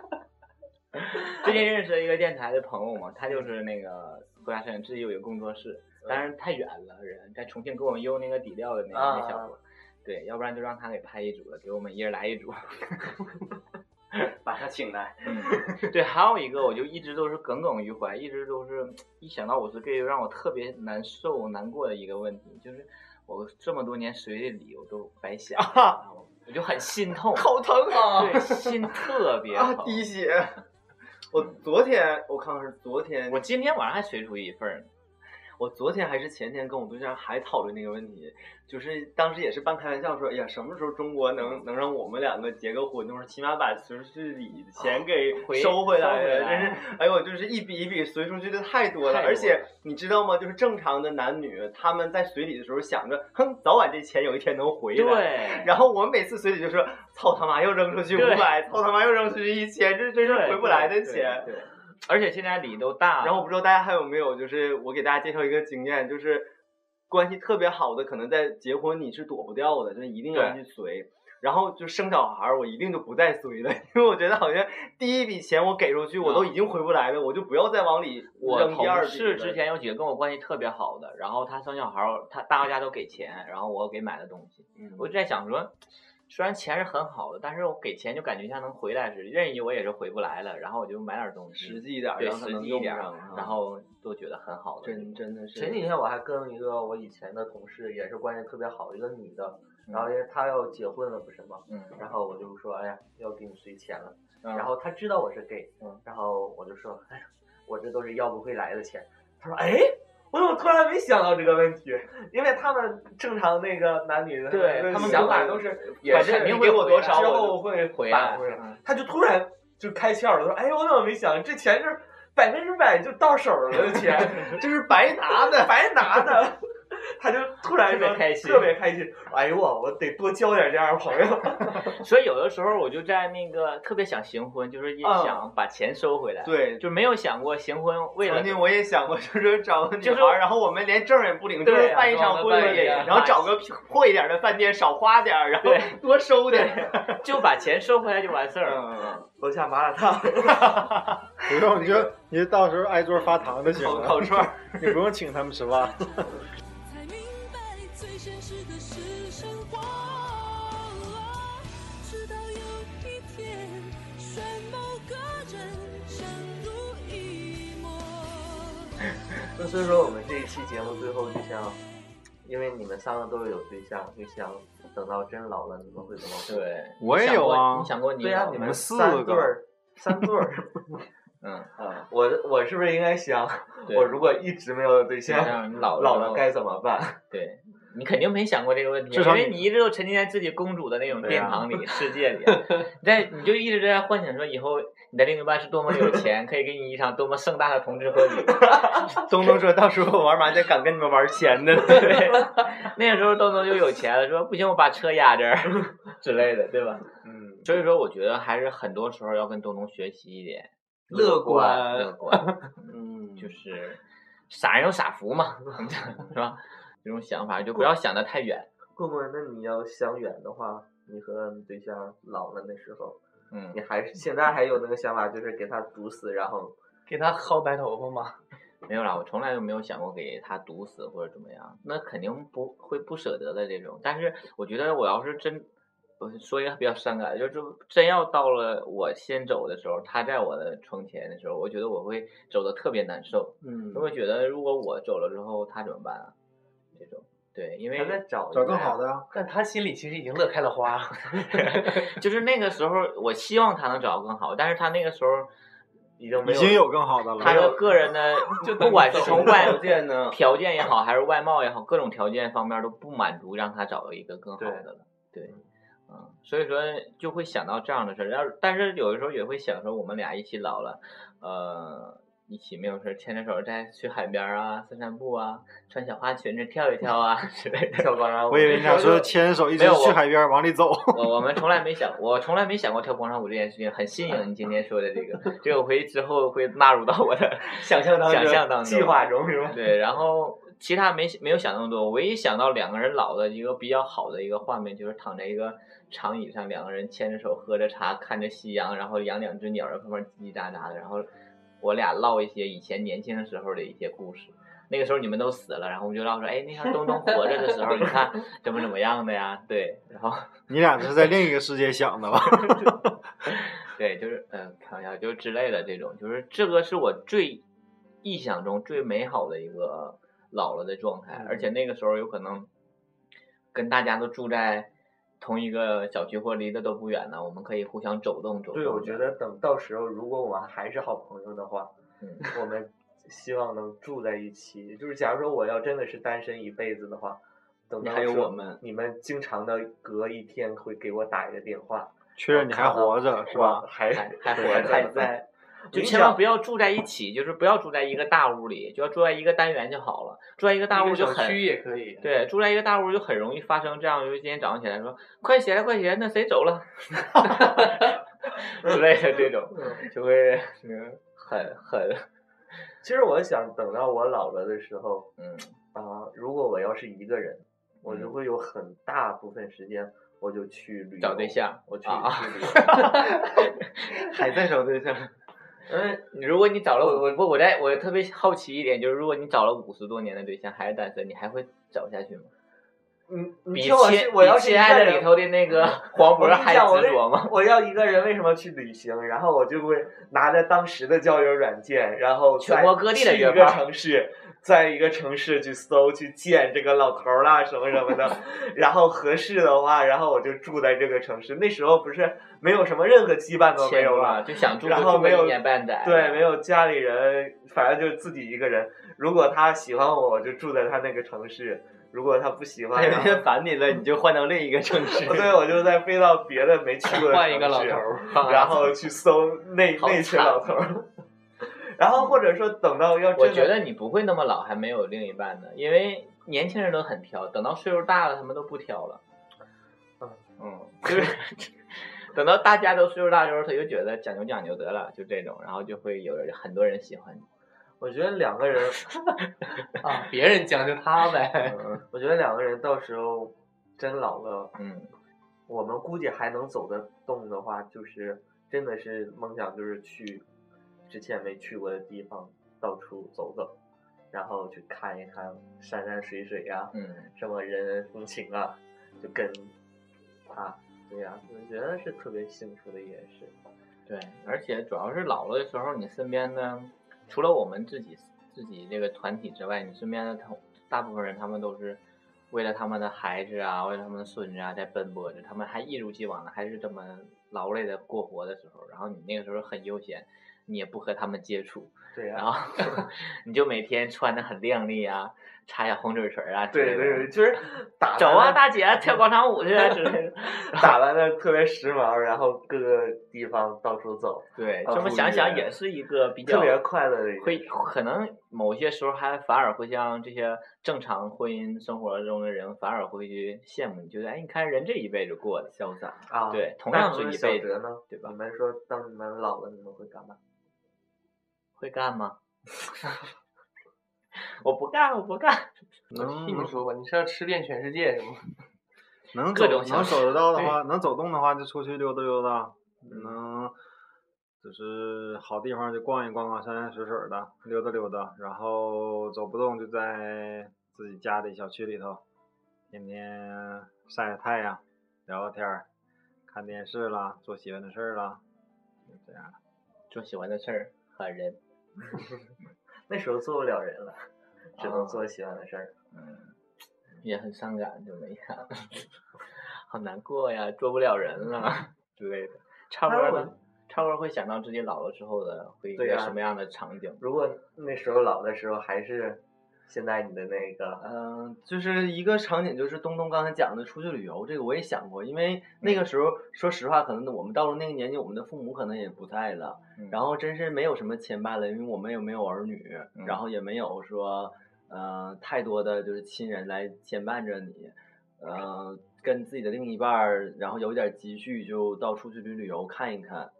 B: 最近认识了一个电台的朋友嘛，他就是那
E: 嗯
B: 个国家摄影自己有一个工作室，当然太远了，人在重庆给我们邮那个底料的那个、
E: 啊
B: 那小伙，对，要不然就让他给拍一组了，给我们一人来一组。
E: 把他请来，
B: 嗯，对，还有一个我就一直都是耿耿于怀，一直都是一想到我是 gay 就让我特别难受、难过的一个问题，就是我这么多年随的理由都白 想，我就很心痛，
E: 好疼啊！
B: 对，心特别
E: 啊，
B: 疼。
E: 滴血！我昨天我看看是昨天，
B: 我今天晚上还随出一份儿呢，
E: 我昨天还是前天跟我对象还讨论这个问题，就是当时也是半开玩笑说，哎呀，什么时候中国
B: 嗯
E: 能能让我们两个结个婚，就是起码把随出去礼钱给
B: 啊回
E: 收回来
B: 收回
E: 了，
B: 来
E: 真是，哎呦，就是一笔一笔随出去的太多了，
B: 太多了
E: 而且你知道吗？就是正常的男女他们在随礼的时候想着，哼，早晚这钱有一天能回来，
B: 对，
E: 然后我每次随礼就说：“操他妈，又扔出去五
B: 对
E: 百，操他妈又扔出去一千，这这是
B: 对
E: 回不来的
B: 对
E: 钱。
B: 对，对而且现在理都”大了，
E: 然后我不知道大家还有没有，就是我给大家介绍一个经验，就是关系特别好的，可能在结婚你是躲不掉的，就一定要去
B: 对
E: 随。然后就生小孩儿，我一定就不再随了，因为我觉得好像第一笔钱我给出去，我都已经回不来了，我就不要再往里
B: 我
E: 扔第二
B: 同
E: 笔了。
B: 事之前有几个跟我关系特别好的，然后他生小孩儿，他大家都给钱，然后我给买了东西，
E: 嗯
B: 我就在想说，虽然钱是很好的，但是我给钱就感觉像能回来似的，任意我也是回不来了，然后我就买点东西，
E: 实际一点儿，
B: 对
E: 让他
B: 实
E: 能
B: 际一
E: 用
B: 点
E: 上
B: 儿，
E: 啊
B: 然后都觉得很好的。
E: 真真的是
A: 前几天我还跟一个我以前的同事，也是关系特别好的一个女的，然后因为她要结婚了不是吗？
B: 嗯，
A: 然后我就说，哎呀，要给你随钱了。
B: 嗯
A: 然后她知道我是 gay，
B: 嗯
A: 然后我就说，哎呀，我这都是要不回来的钱。她说，哎，我怎么突然没想到这个问题？ 因为他们正常那个男女的
B: 对
A: 那
B: 他们
A: 想法
B: 都
A: 都是，
B: 反正
A: 你
B: 你
A: 给
B: 给
A: 我
B: 我
A: 多
B: 多
A: 少
B: 少
A: 我就
B: 我
A: 会
B: 回来
A: 回来。
E: 啊
B: 嗯
A: 他就突然就开窍了，说：“哎，我怎么没想这钱是百分之百就到手了的钱，
E: 这是白拿的，
A: 白拿的。” 他就突然
B: 特别
A: 说
B: 开心
A: 特别开心。哎呦我，我得多交点这样的朋友。
B: 所以有的时候我就在那个特别想行婚，就是也
E: 嗯
B: 想把钱收回来，，
E: 对，
B: 就没有想过行婚为了
E: 曾经我也想过，就是找个女
B: 就
E: 孩
B: 是
E: 儿，然后我们连证儿也不领，就
B: 对啊
E: 是办一场
B: 然后
E: 婚
B: 办
E: 礼，
B: 一个
E: 然后找个破一点的饭店，少花点儿，然后
B: 对
E: 多收点儿。
B: 对，就把钱收回来就完事儿了。
E: 嗯，
A: 楼下麻辣烫，
F: 不用，你就你就到时候挨桌发糖就行
E: 烤
F: 了
E: 烤，串儿，
F: 你不用请他们吃饭。
G: 才明白最真实的是生活。直到有一天，选某个人相濡以沫。
A: 那所以说我们这一期节目最后就想，因为你们三个都有对象，就想等到真老了你们会怎么过？
B: 对，
F: 我也
B: 你想
F: 有
B: 过
F: 啊
B: 你想过你
A: 对呀、
B: 有
A: 你
B: 吗
A: 们
F: 四
A: 三
F: 个
A: 对儿，三对儿。
B: 嗯，
A: 我我是不是应该想，
B: 对
A: 我如果一直没有对
B: 这
A: 象，
B: 样你 老
A: 老
B: 了
A: 了该怎么办？
B: 对你肯定没想过这个问题，
F: 至少
B: 因为
F: 你
B: 你一直都沉浸在自己公主的那种
A: 对
B: 殿
A: 啊
B: 堂里、世界里，你在你就一直在幻想说以后你的另一半是多么有钱，可以给你一场多么盛大的同志婚礼。
E: 东东说到时候玩麻将敢跟你们玩 钱的，
B: 对，那个时候东东就有钱了，说不行我把车压这儿之类的，对吧？
A: 嗯，
B: 所以说我觉得还是很多时候要跟东东学习一点，
D: 乐观
B: 乐观，
E: 嗯，
B: 就是是傻人有傻福嘛， 是吧？这种想法就不要想的太远，
A: 棍棍，那你要想远的话，你和你对象老了那时候，
B: 嗯
A: 你。还是现在还有那个想法，就是给他毒死，然 后
D: 给他薅白头发吗？
B: 没有啦，我从来就没有想过给他毒死或者怎么样，那肯定不会不舍得的这种。但是我觉得我要是真，我说一个比较伤感的，就是真要到了我先走的时候，他在我的窗前的时候，我觉得我会走的特别难受。
E: 嗯
B: 我，会觉得如果我走了之后，他怎么办啊？这种对，因
A: 他再
B: 为
A: 找
F: 找
A: 一个
F: 更
A: 呀
F: 好的啊，
D: 但他心里其实已经乐开了花。
B: 就是那个时候，我希望他能找到更好，但是他那个时候
A: 已经没
F: 已经有更好的了。
B: 他的个人的，不管是从外
E: 条件 呢，
B: 条件也好，还是外貌也好，各种条件方面都不满足，让他找到一个更好的了。对，嗯，所以说就会想到这样的事儿。要但是有的时候也会想说，我们俩一起老了，呃，一起没有事儿牵着手再去海边啊，散散步啊，穿小花裙子跳一跳啊 之类的。
A: 跳广场舞。
F: 我以为你想说牵着手一直
B: 没有我
F: 去海边往里走，
B: 我我们从来没想，我从来没想过跳广场舞这件事情，很新颖。你今天说的这个，这个我会之后会纳入到我的
A: 想象当中，
B: 想象当中
A: 计划中是吧？
B: 对，然后其他没没有想那么多，我唯一想到两个人老的一个比较好的一个画面，就是躺在一个长椅上，两个人牵着手喝着茶，看着夕阳，然后养两只鸟儿在旁边叽叽喳喳的，然后我俩唠一些以前年轻的时候的一些故事。那个时候你们都死了，然后我们就唠说，哎，那时候东东活着的时候，你看怎么怎么样的呀？对，然后
F: 你俩是在另一个世界想的吧？
B: 对，就是嗯，开玩笑，就是之类的这种，就是这个是我最臆想中最美好的一个老了的状态，而且那个时候有可能跟大家都住在同一个小区或离得都不远呢，我们可以互相走动走动。
A: 对，我觉得等到时候如果我们还是好朋友的话，
B: 嗯
A: 我们希望能住在一起。就是假如说我要真的是单身一辈子的话，等
E: 你
A: 到
E: 还有
A: 时候
E: 我们
A: 你们经常的隔一天会给我打一个电话，
F: 确认你还活着是吧？
A: 哇？还
B: 还还活
A: 还
B: 着，
A: 还在。
B: 就
A: 你
B: 千万
A: 想
B: 不要住在一起，就是不要住在一个大屋里，就要住在一个单元就好了。住在一个大
D: 一
B: 屋
D: 个
B: 就
D: 小
B: 很
D: 区也可以。
B: 对，住在一个大屋就很容易发生这样，就是今天早上起来说快起来快起来，那谁走了 之类的这种，就会嗯很很
A: 其实我想等到我老了的时候，
B: 嗯
A: 啊、如果我要是一个人，我就
B: 嗯
A: 会有很大部分时间我就去旅游
B: 找对，象。
A: 我去
B: 啊
A: 去 旅游。
E: 还在找对象，
B: 嗯，如果你找了我不我在我特别好奇一点，就是如果你找了五十多年的对象还是单身，你还会找下去吗？
A: 嗯，你
B: 比
A: 听我
B: 亲
A: 是我要
B: 比
A: 是一
B: 亲爱
A: 个
B: 的里
A: 人，
B: 头的那 个黄
A: 我
B: 渤
A: 跟你
B: 还
A: 讲，我
B: 执
A: 为
B: 着吗？
A: 我要一个人为什么去旅行？然后我就会拿着当时的交友软件，然后
B: 全
A: 再
B: 国各地的
A: 去
B: 约
A: 一个
B: 炮
A: 城市，在一个城市去搜去见这个老头儿啦什么什么 的，然后合适的话，然后我就住在这个城市。那时候不是没有什么任何羁绊都没
B: 牵
A: 有了
B: 挂，就 想住
A: 然
B: 就
A: 后
B: 住个
A: 没有
B: 一年半载。啊
A: 对，没有家里人，反正就是自己一个人。如果他喜欢我，我就住在他那个城市；如果他不喜
E: 他
A: 欢，
B: 哎
E: 有
A: 然
E: 一
A: 后。
E: 天烦你了，你就换到另一个城 市
A: 对我就再飞到别的没去过的
D: 换一个老
A: 城市
D: 头儿，
A: 然 后去搜那
B: 好
A: 那群老头儿。然后或者说等到要真的，
B: 我觉得你不会那么老还没有另一半的，因为年轻人都很挑，等到岁数大了，他们都不挑了。
A: 嗯
B: 嗯，就是 等到大家都岁数大之后，他就觉得讲究讲究得了，就这种，然后就会有人很多人喜欢你。
A: 我觉得两个 人，
D: 啊，别人将就他呗。
A: 我觉得两个人到时候真老了，
B: 嗯，
A: 我们估计还能走得动的话，就是真的是梦想，就是去之前没去过的地方到处走走，然后去看一看山山水水呀、
B: 嗯，
A: 什么人文风情啊，就跟啊，对呀、我觉得是特别幸福的一件事。
B: 对，而且主要是老了的时候，你身边呢，除了我们自己自己这个团体之外，你身边的同大部分人，他们都是为了他们的孩子啊，为了他们的孙子啊，在奔波着，他们还一如既往的还是这么劳累的过活的时候，然后你那个时候很悠闲，你也不和他们接触，
A: 对呀、
B: 然 后你就每天穿的很靓丽啊，擦呀红嘴唇儿啊之类
A: 对
B: 的，
A: 对对，就是打扮
B: 走啊
A: 得
B: 大姐，跳广场舞去啊 之类的，
A: 打扮的特别时髦，然后各个地方到处走，
B: 对，
A: 到
B: 这么
A: 处
B: 想
A: 约
B: 想也是一个比较
A: 啊特别快乐的一
B: 会
A: 件事。
B: 可能某些时候还反而会像这些正常婚姻生活中的人，反而会去羡慕你，觉得哎，你看人这一辈子过的潇洒，
A: 啊，
B: 对同
A: 那
B: 样
A: 你
B: 是
A: 们
B: 一
A: 小
B: 辈
A: 哲
B: 子
A: 呢，
B: 对吧
A: 你们说，当你们老了，你们会干嘛？
B: 会干吗？ 我不干，我不干。
F: 能
D: 听你说吧，你是要吃遍全世界是吗？
F: 能
B: 各
F: 走
B: 种
F: 能
B: 想
F: 走得到的话，能走动的话就出去溜达溜达，
E: 嗯
F: 能就是好地方就逛一逛啊，山山水水的溜达溜达，然后走不动就在自己家里小区里头，天天晒晒太阳，聊聊天儿，看电视啦，做喜欢的事儿啦，就这样。
B: 做喜欢的事儿和人，
A: 那时候做不了人了，只
B: 啊
A: 能做喜欢的事儿。
B: 嗯，也很伤感，就没看，好难过呀，做不了人了之类的，差不多
A: 但是
B: 了
A: 我。
B: 超哥会想到自己老了之后的会一
A: 对
B: 个
A: 啊
B: 什么样的场景？
A: 如果那时候老的时候还是现在你的那个，
E: 嗯，就是一个场景，就是东东刚才讲的出去旅游，这个我也想过，因为
B: 嗯
E: 那个时候，说实话，可能我们到了那个年纪，我们的父母可能也不在了，
B: 嗯
E: 然后真是没有什么牵绊了，因为我们也没有儿女，
B: 嗯
E: 然后也没有说，呃，太多的就是亲人来牵绊着你，呃，跟自己的另一半儿，然后有点积蓄就到处去旅旅游看一看，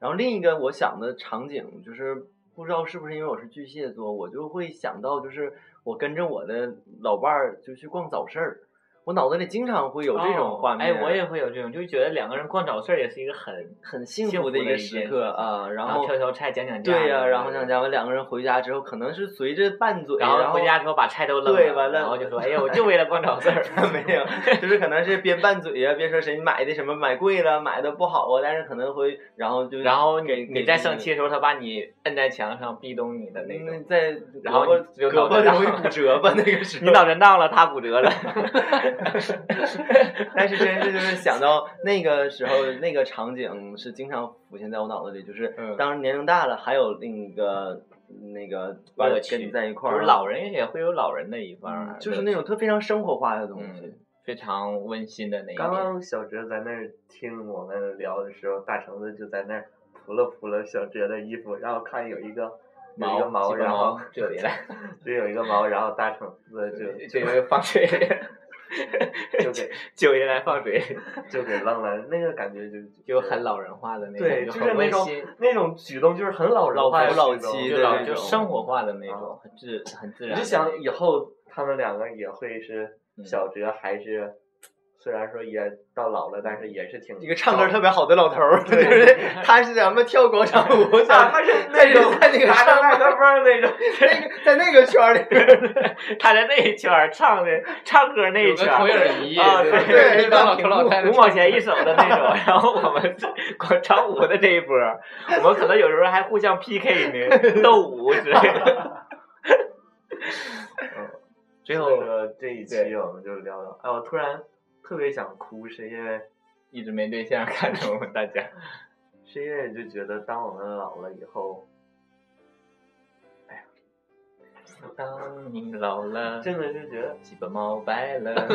E: 然后另一个我想的场景就是，不知道是不是因为我是巨蟹座，我就会想到就是我跟着我的老伴儿就去逛早市儿，我脑子里经常会有这种画面，
B: 哎，我也会有这种，就觉得两个人逛早市儿也是一个很，
E: 很幸
B: 幸
E: 福
B: 福
E: 一
B: 的
E: 个
B: 一
E: 时
B: 件
E: 刻
B: 事情
E: 啊。然
B: 然
E: 后
B: 后挑挑菜、讲讲价。
E: 对呀、然后像咱们两个人回家之后，可能是随着拌嘴，
B: 然后回家之后把菜都扔
E: 对完了”
B: 然后就说：“哎呀，我就为了逛早市儿。
E: 没有，就是可能是边拌嘴呀、边说谁买的什么买贵了，买的不好啊，但是可能会然后就
B: 然后
E: 给
B: 你你在生气。的时候，他把你摁在墙上壁咚你的那
E: 那
B: 种，
E: 在
B: 然后
E: 嗯胳
B: 你就
E: 膊胳膊
B: 脑袋
E: 容易
B: 上
E: 骨折吧？那个时候
B: 你脑震荡了，他骨折 了。
E: 但是真是就是想到那个时候那个场景是经常浮现在我脑子里，就是
B: 嗯
E: 当年龄大了，还有另一个那个伴
B: 乐
E: 儿
B: 趣
E: 跟你在一块
B: 就
E: 儿，
B: 是老人也会有老人的一方
E: 嗯
B: 儿，
E: 就是那种特非常生活化的东西。
B: 嗯非常温馨的那一
A: 刚
B: 面。
A: 刚小哲在那儿听我们聊的时候，大橙子就在那儿扑了扑了小哲的衣服，然后看有一个有一个
B: 毛
A: 毛，
B: 几个
A: 然后
B: 毛就别了，
A: 就有一个毛，然后大橙 子就
B: 这个放水 里，
A: 就给
B: 九爷来放水里，
A: 就给愣了，那个感觉就
B: 就很老人化的那种，
A: 对，就
B: 就是很
A: 那
B: 温
A: 种
B: 馨，
A: 那种举动就是很老人
E: 老
A: 化的
E: 夫老
A: 举动
E: 妻
B: 就
E: 的
B: 老
E: 那
B: 就
E: 种
B: 生活化的那种
A: 啊，
B: 很自很自
A: 你
B: 然。
A: 就想以后他们两个也会是
B: 嗯
A: 小哲还是，虽然说也到老了，但是也是挺
E: 一个唱歌特别好的老头儿，就是 他是咱们跳广场舞，
A: 啊，
E: 想
A: 他是
E: 但
A: 那
E: 是
A: 种
E: 在那个
A: 拿着
E: 上
A: 麦克风儿那种，
E: 那个在那个圈儿里边儿，
B: 他在那一圈儿唱的唱歌那一
D: 有
B: 圈
D: 个
B: 儿
D: 投影仪，吧
B: 啊
E: 对
D: 对，当老头老太太
B: 五毛钱一首的那种，然后我们是广场舞的这一波儿，我们可能有时候还互相 PK 呢，斗舞之类的。最后
A: 所以说这一期
B: 对
A: 我们就聊聊，哎，我突然特别想哭，是因为
B: 一直没对象， 看着我们大家，
A: 是因为就觉得当我们老了以后，
B: 哎当你老了，
A: 真的就觉得
B: 鸡巴毛白了。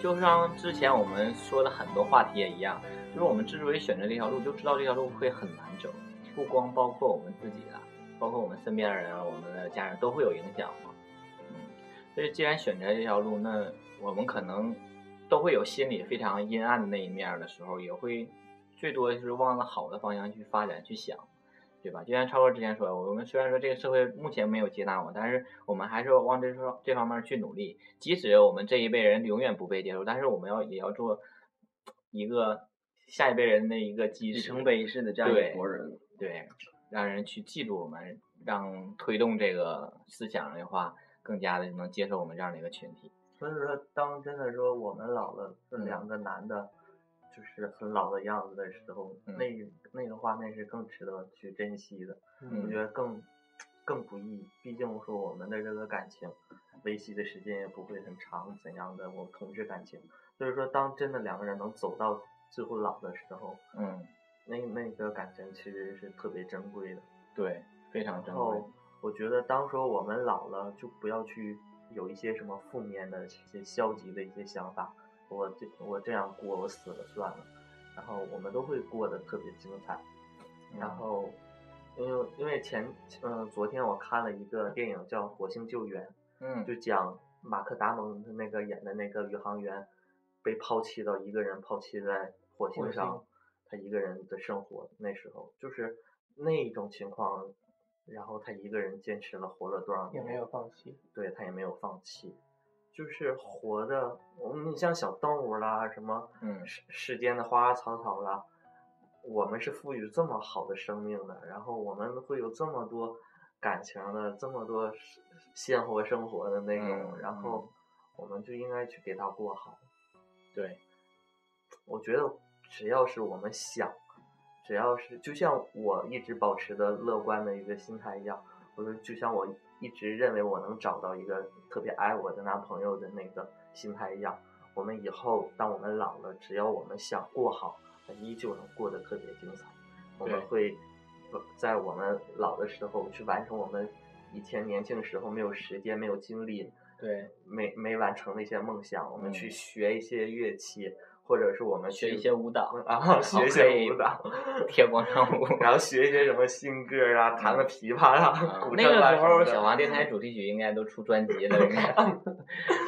B: 就像之前我们说的很多话题也一样，就是我们之所以选择这条路，就知道这条路会很难走，不光包括我们自己啊，包括我们身边的人啊，我们的家人都会有影响嘛。嗯，所以既然选择这条路，那我们可能都会有心里非常阴暗的那一面儿的时候，也会最多就是往了好的方向去发展去想，对吧？就像超哥之前说的，我们虽然说这个社会目前没有接纳我，但是我们还是要往这方这方面去努力。即使我们这一辈人永远不被接受，但是我们要也要做一个下一辈人的一个基
E: 里
B: 石。
E: 程碑似的这样一
B: 对
E: 拨人，
B: 对，让人去记住我们，让推动这个思想的话，更加的能接受我们这样的一个群体。
A: 所以说，当真的说我们老了，这
B: 嗯
A: 两个男的，就是很老的样子的时候，
B: 嗯
A: 那那个画面是更值得去珍惜的。我觉
B: 嗯，
A: 得更更不易，毕竟说我们的这个感情维系的时间也不会很长，怎样的我同志感情，就是说当真的两个人能走到最后老的时候，
B: 嗯，
A: 那那个感情其实是特别珍贵的。
B: 对，非常
A: 然
B: 珍贵
A: 后。我觉得当说我们老了，就不要去有一些什么负面的、一些消极的一些想法。我这我这样过，我死了算了。然后我们都会过得特别精彩。然
B: 嗯
A: 后，因为因为前嗯、昨天我看了一个电影叫《火星救援》，
B: 嗯，
A: 就讲马克·达蒙他那个演的那个宇航员被抛弃到一个人抛弃在火星上，他一个人的生活。那时候就是那种情况，然后他一个人坚持了活了多少
D: 也
A: 年，
D: 没有放弃。
A: 对他也没有放弃，就是活的。我们你像小动物啦，什么
B: 嗯
A: 世世间的花花草草啦，我们是赋予这么好的生命的，然后我们会有这么多感情的，这么多是鲜活生活的那种，
B: 嗯
A: 然后我们就应该去给它过好。
B: 对，
A: 我觉得只要是我们想，只要是就像我一直保持的乐观的一个心态一样，我说就像我一直认为我能找到一个特别爱我的男朋友的那个心态一样，我们以后当我们老了，只要我们想过好，那依旧能过得特别精彩。我们
B: 对
A: 会在我们老的时候去完成我们以前年轻的时候没有时间、没有精力、
B: 对，
A: 没没完成的一些梦想，我们
B: 嗯
A: 去学一些乐器，或者是我们
B: 学
A: 去
B: 一些舞蹈，
A: 啊，学一些舞 蹈，
B: 跳广场舞。
A: 然后学一些什么新歌啊，弹
B: 嗯
A: 个琵琶啊，
B: 啊
A: 古
B: 那
A: 筝啊
B: 个时
A: 什么
B: 候，
A: 的
B: 小王电台主题曲应该都出专辑了，应该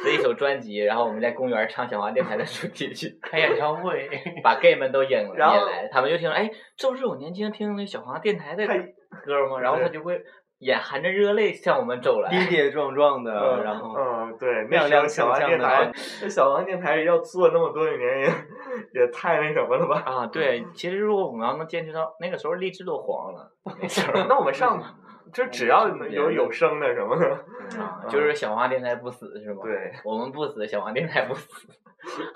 B: 是一首专辑。然后我们在公园唱小王电台的主题曲，
D: 开演唱会，
B: 把 gay 们都引引
A: 然后
B: 来，他们就听，哎，这不是我年轻听那小黄电台的歌吗？然后他就会眼含着热泪向我们走来。
E: 跌跌撞撞
B: 呃
E: 的，
A: 嗯
E: 然后
A: 嗯，对，那
E: 踉
A: 时候小
E: 踉跄
A: 王
E: 跄
A: 电
E: 的
A: 台
B: 哦
E: 啊，
A: 这小王电台要做那么多年也也太那什么了吧？
B: 啊，对，其实如果我们要能坚持到那个时候，荔枝都黄了，那时候
A: 那我们上，就只要能有有声的什么的，
B: 啊，就是小黄电台不死是吗？，
A: 对。
B: 我们不死，小黄电台不死，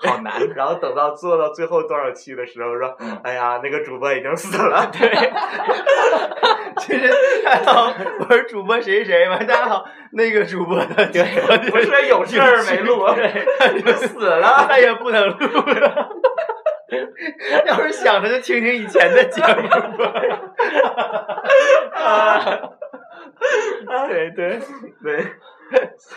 B: 好难。
A: 然后等到做到最后多少期的时候，说
B: 嗯：“
A: 哎呀，那个主播已经死了。
E: 其实大家好，我是主播谁谁嘛，大家好，那个主播的，对，
A: 不是有事儿没录，
E: 就死了，再也不能录了。要是想着就听听以前的节目吧。
B: 啊
A: 对对对，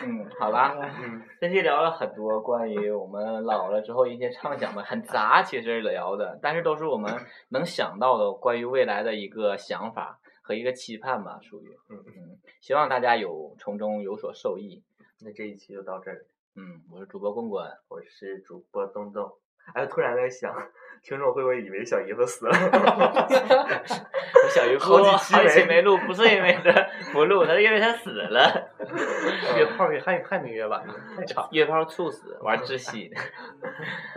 B: 嗯，好吧，
A: 嗯，
B: 这期聊了很多关于我们老了之后一些畅想吧，很杂，其实聊的，但是都是我们能想到的关于未来的一个想法和一个期盼吧，属于。
A: 嗯
B: 嗯，希望大家有从中有所受益。
A: 那这一期就到这里，
B: 嗯，我是主播棍棍，
A: 我是主播东东。哎，突然在想，听众会不会以为小姨夫死了？
B: 我小鱼
A: 好
B: 哥
A: 几期
B: 好几期
A: 没
B: 没录，不是因 为他不录，他是因为他死 了，
D: 约炮给汉语汉语约完了，太长了。
B: 约炮猝死，玩窒息。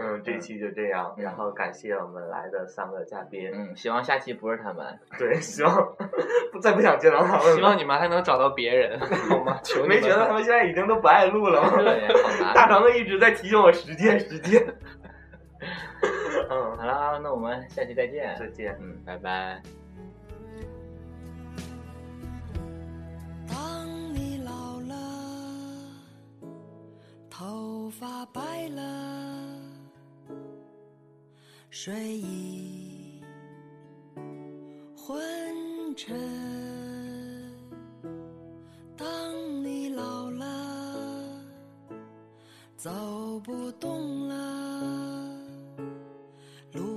A: 嗯，这一期就这样，
B: 嗯
A: 然后感谢我们来的三个嘉宾。
B: 嗯，希望下期不是他们。
A: 对，希望 不再不想见到他们了。
D: 希望你们还能找到别 人，好吗？求你
A: 没
D: 们
A: 觉得他
D: 了
A: 们现在已经都不爱录了吗？
B: 对，好难。
A: 大长哥一直在提醒我时间，时间。嗯，
B: 好啦，那我们下期再见。
A: 再见。
B: 嗯，拜拜。
G: 当你老了，头发白了，睡意昏沉。当你老了，走不动了，炉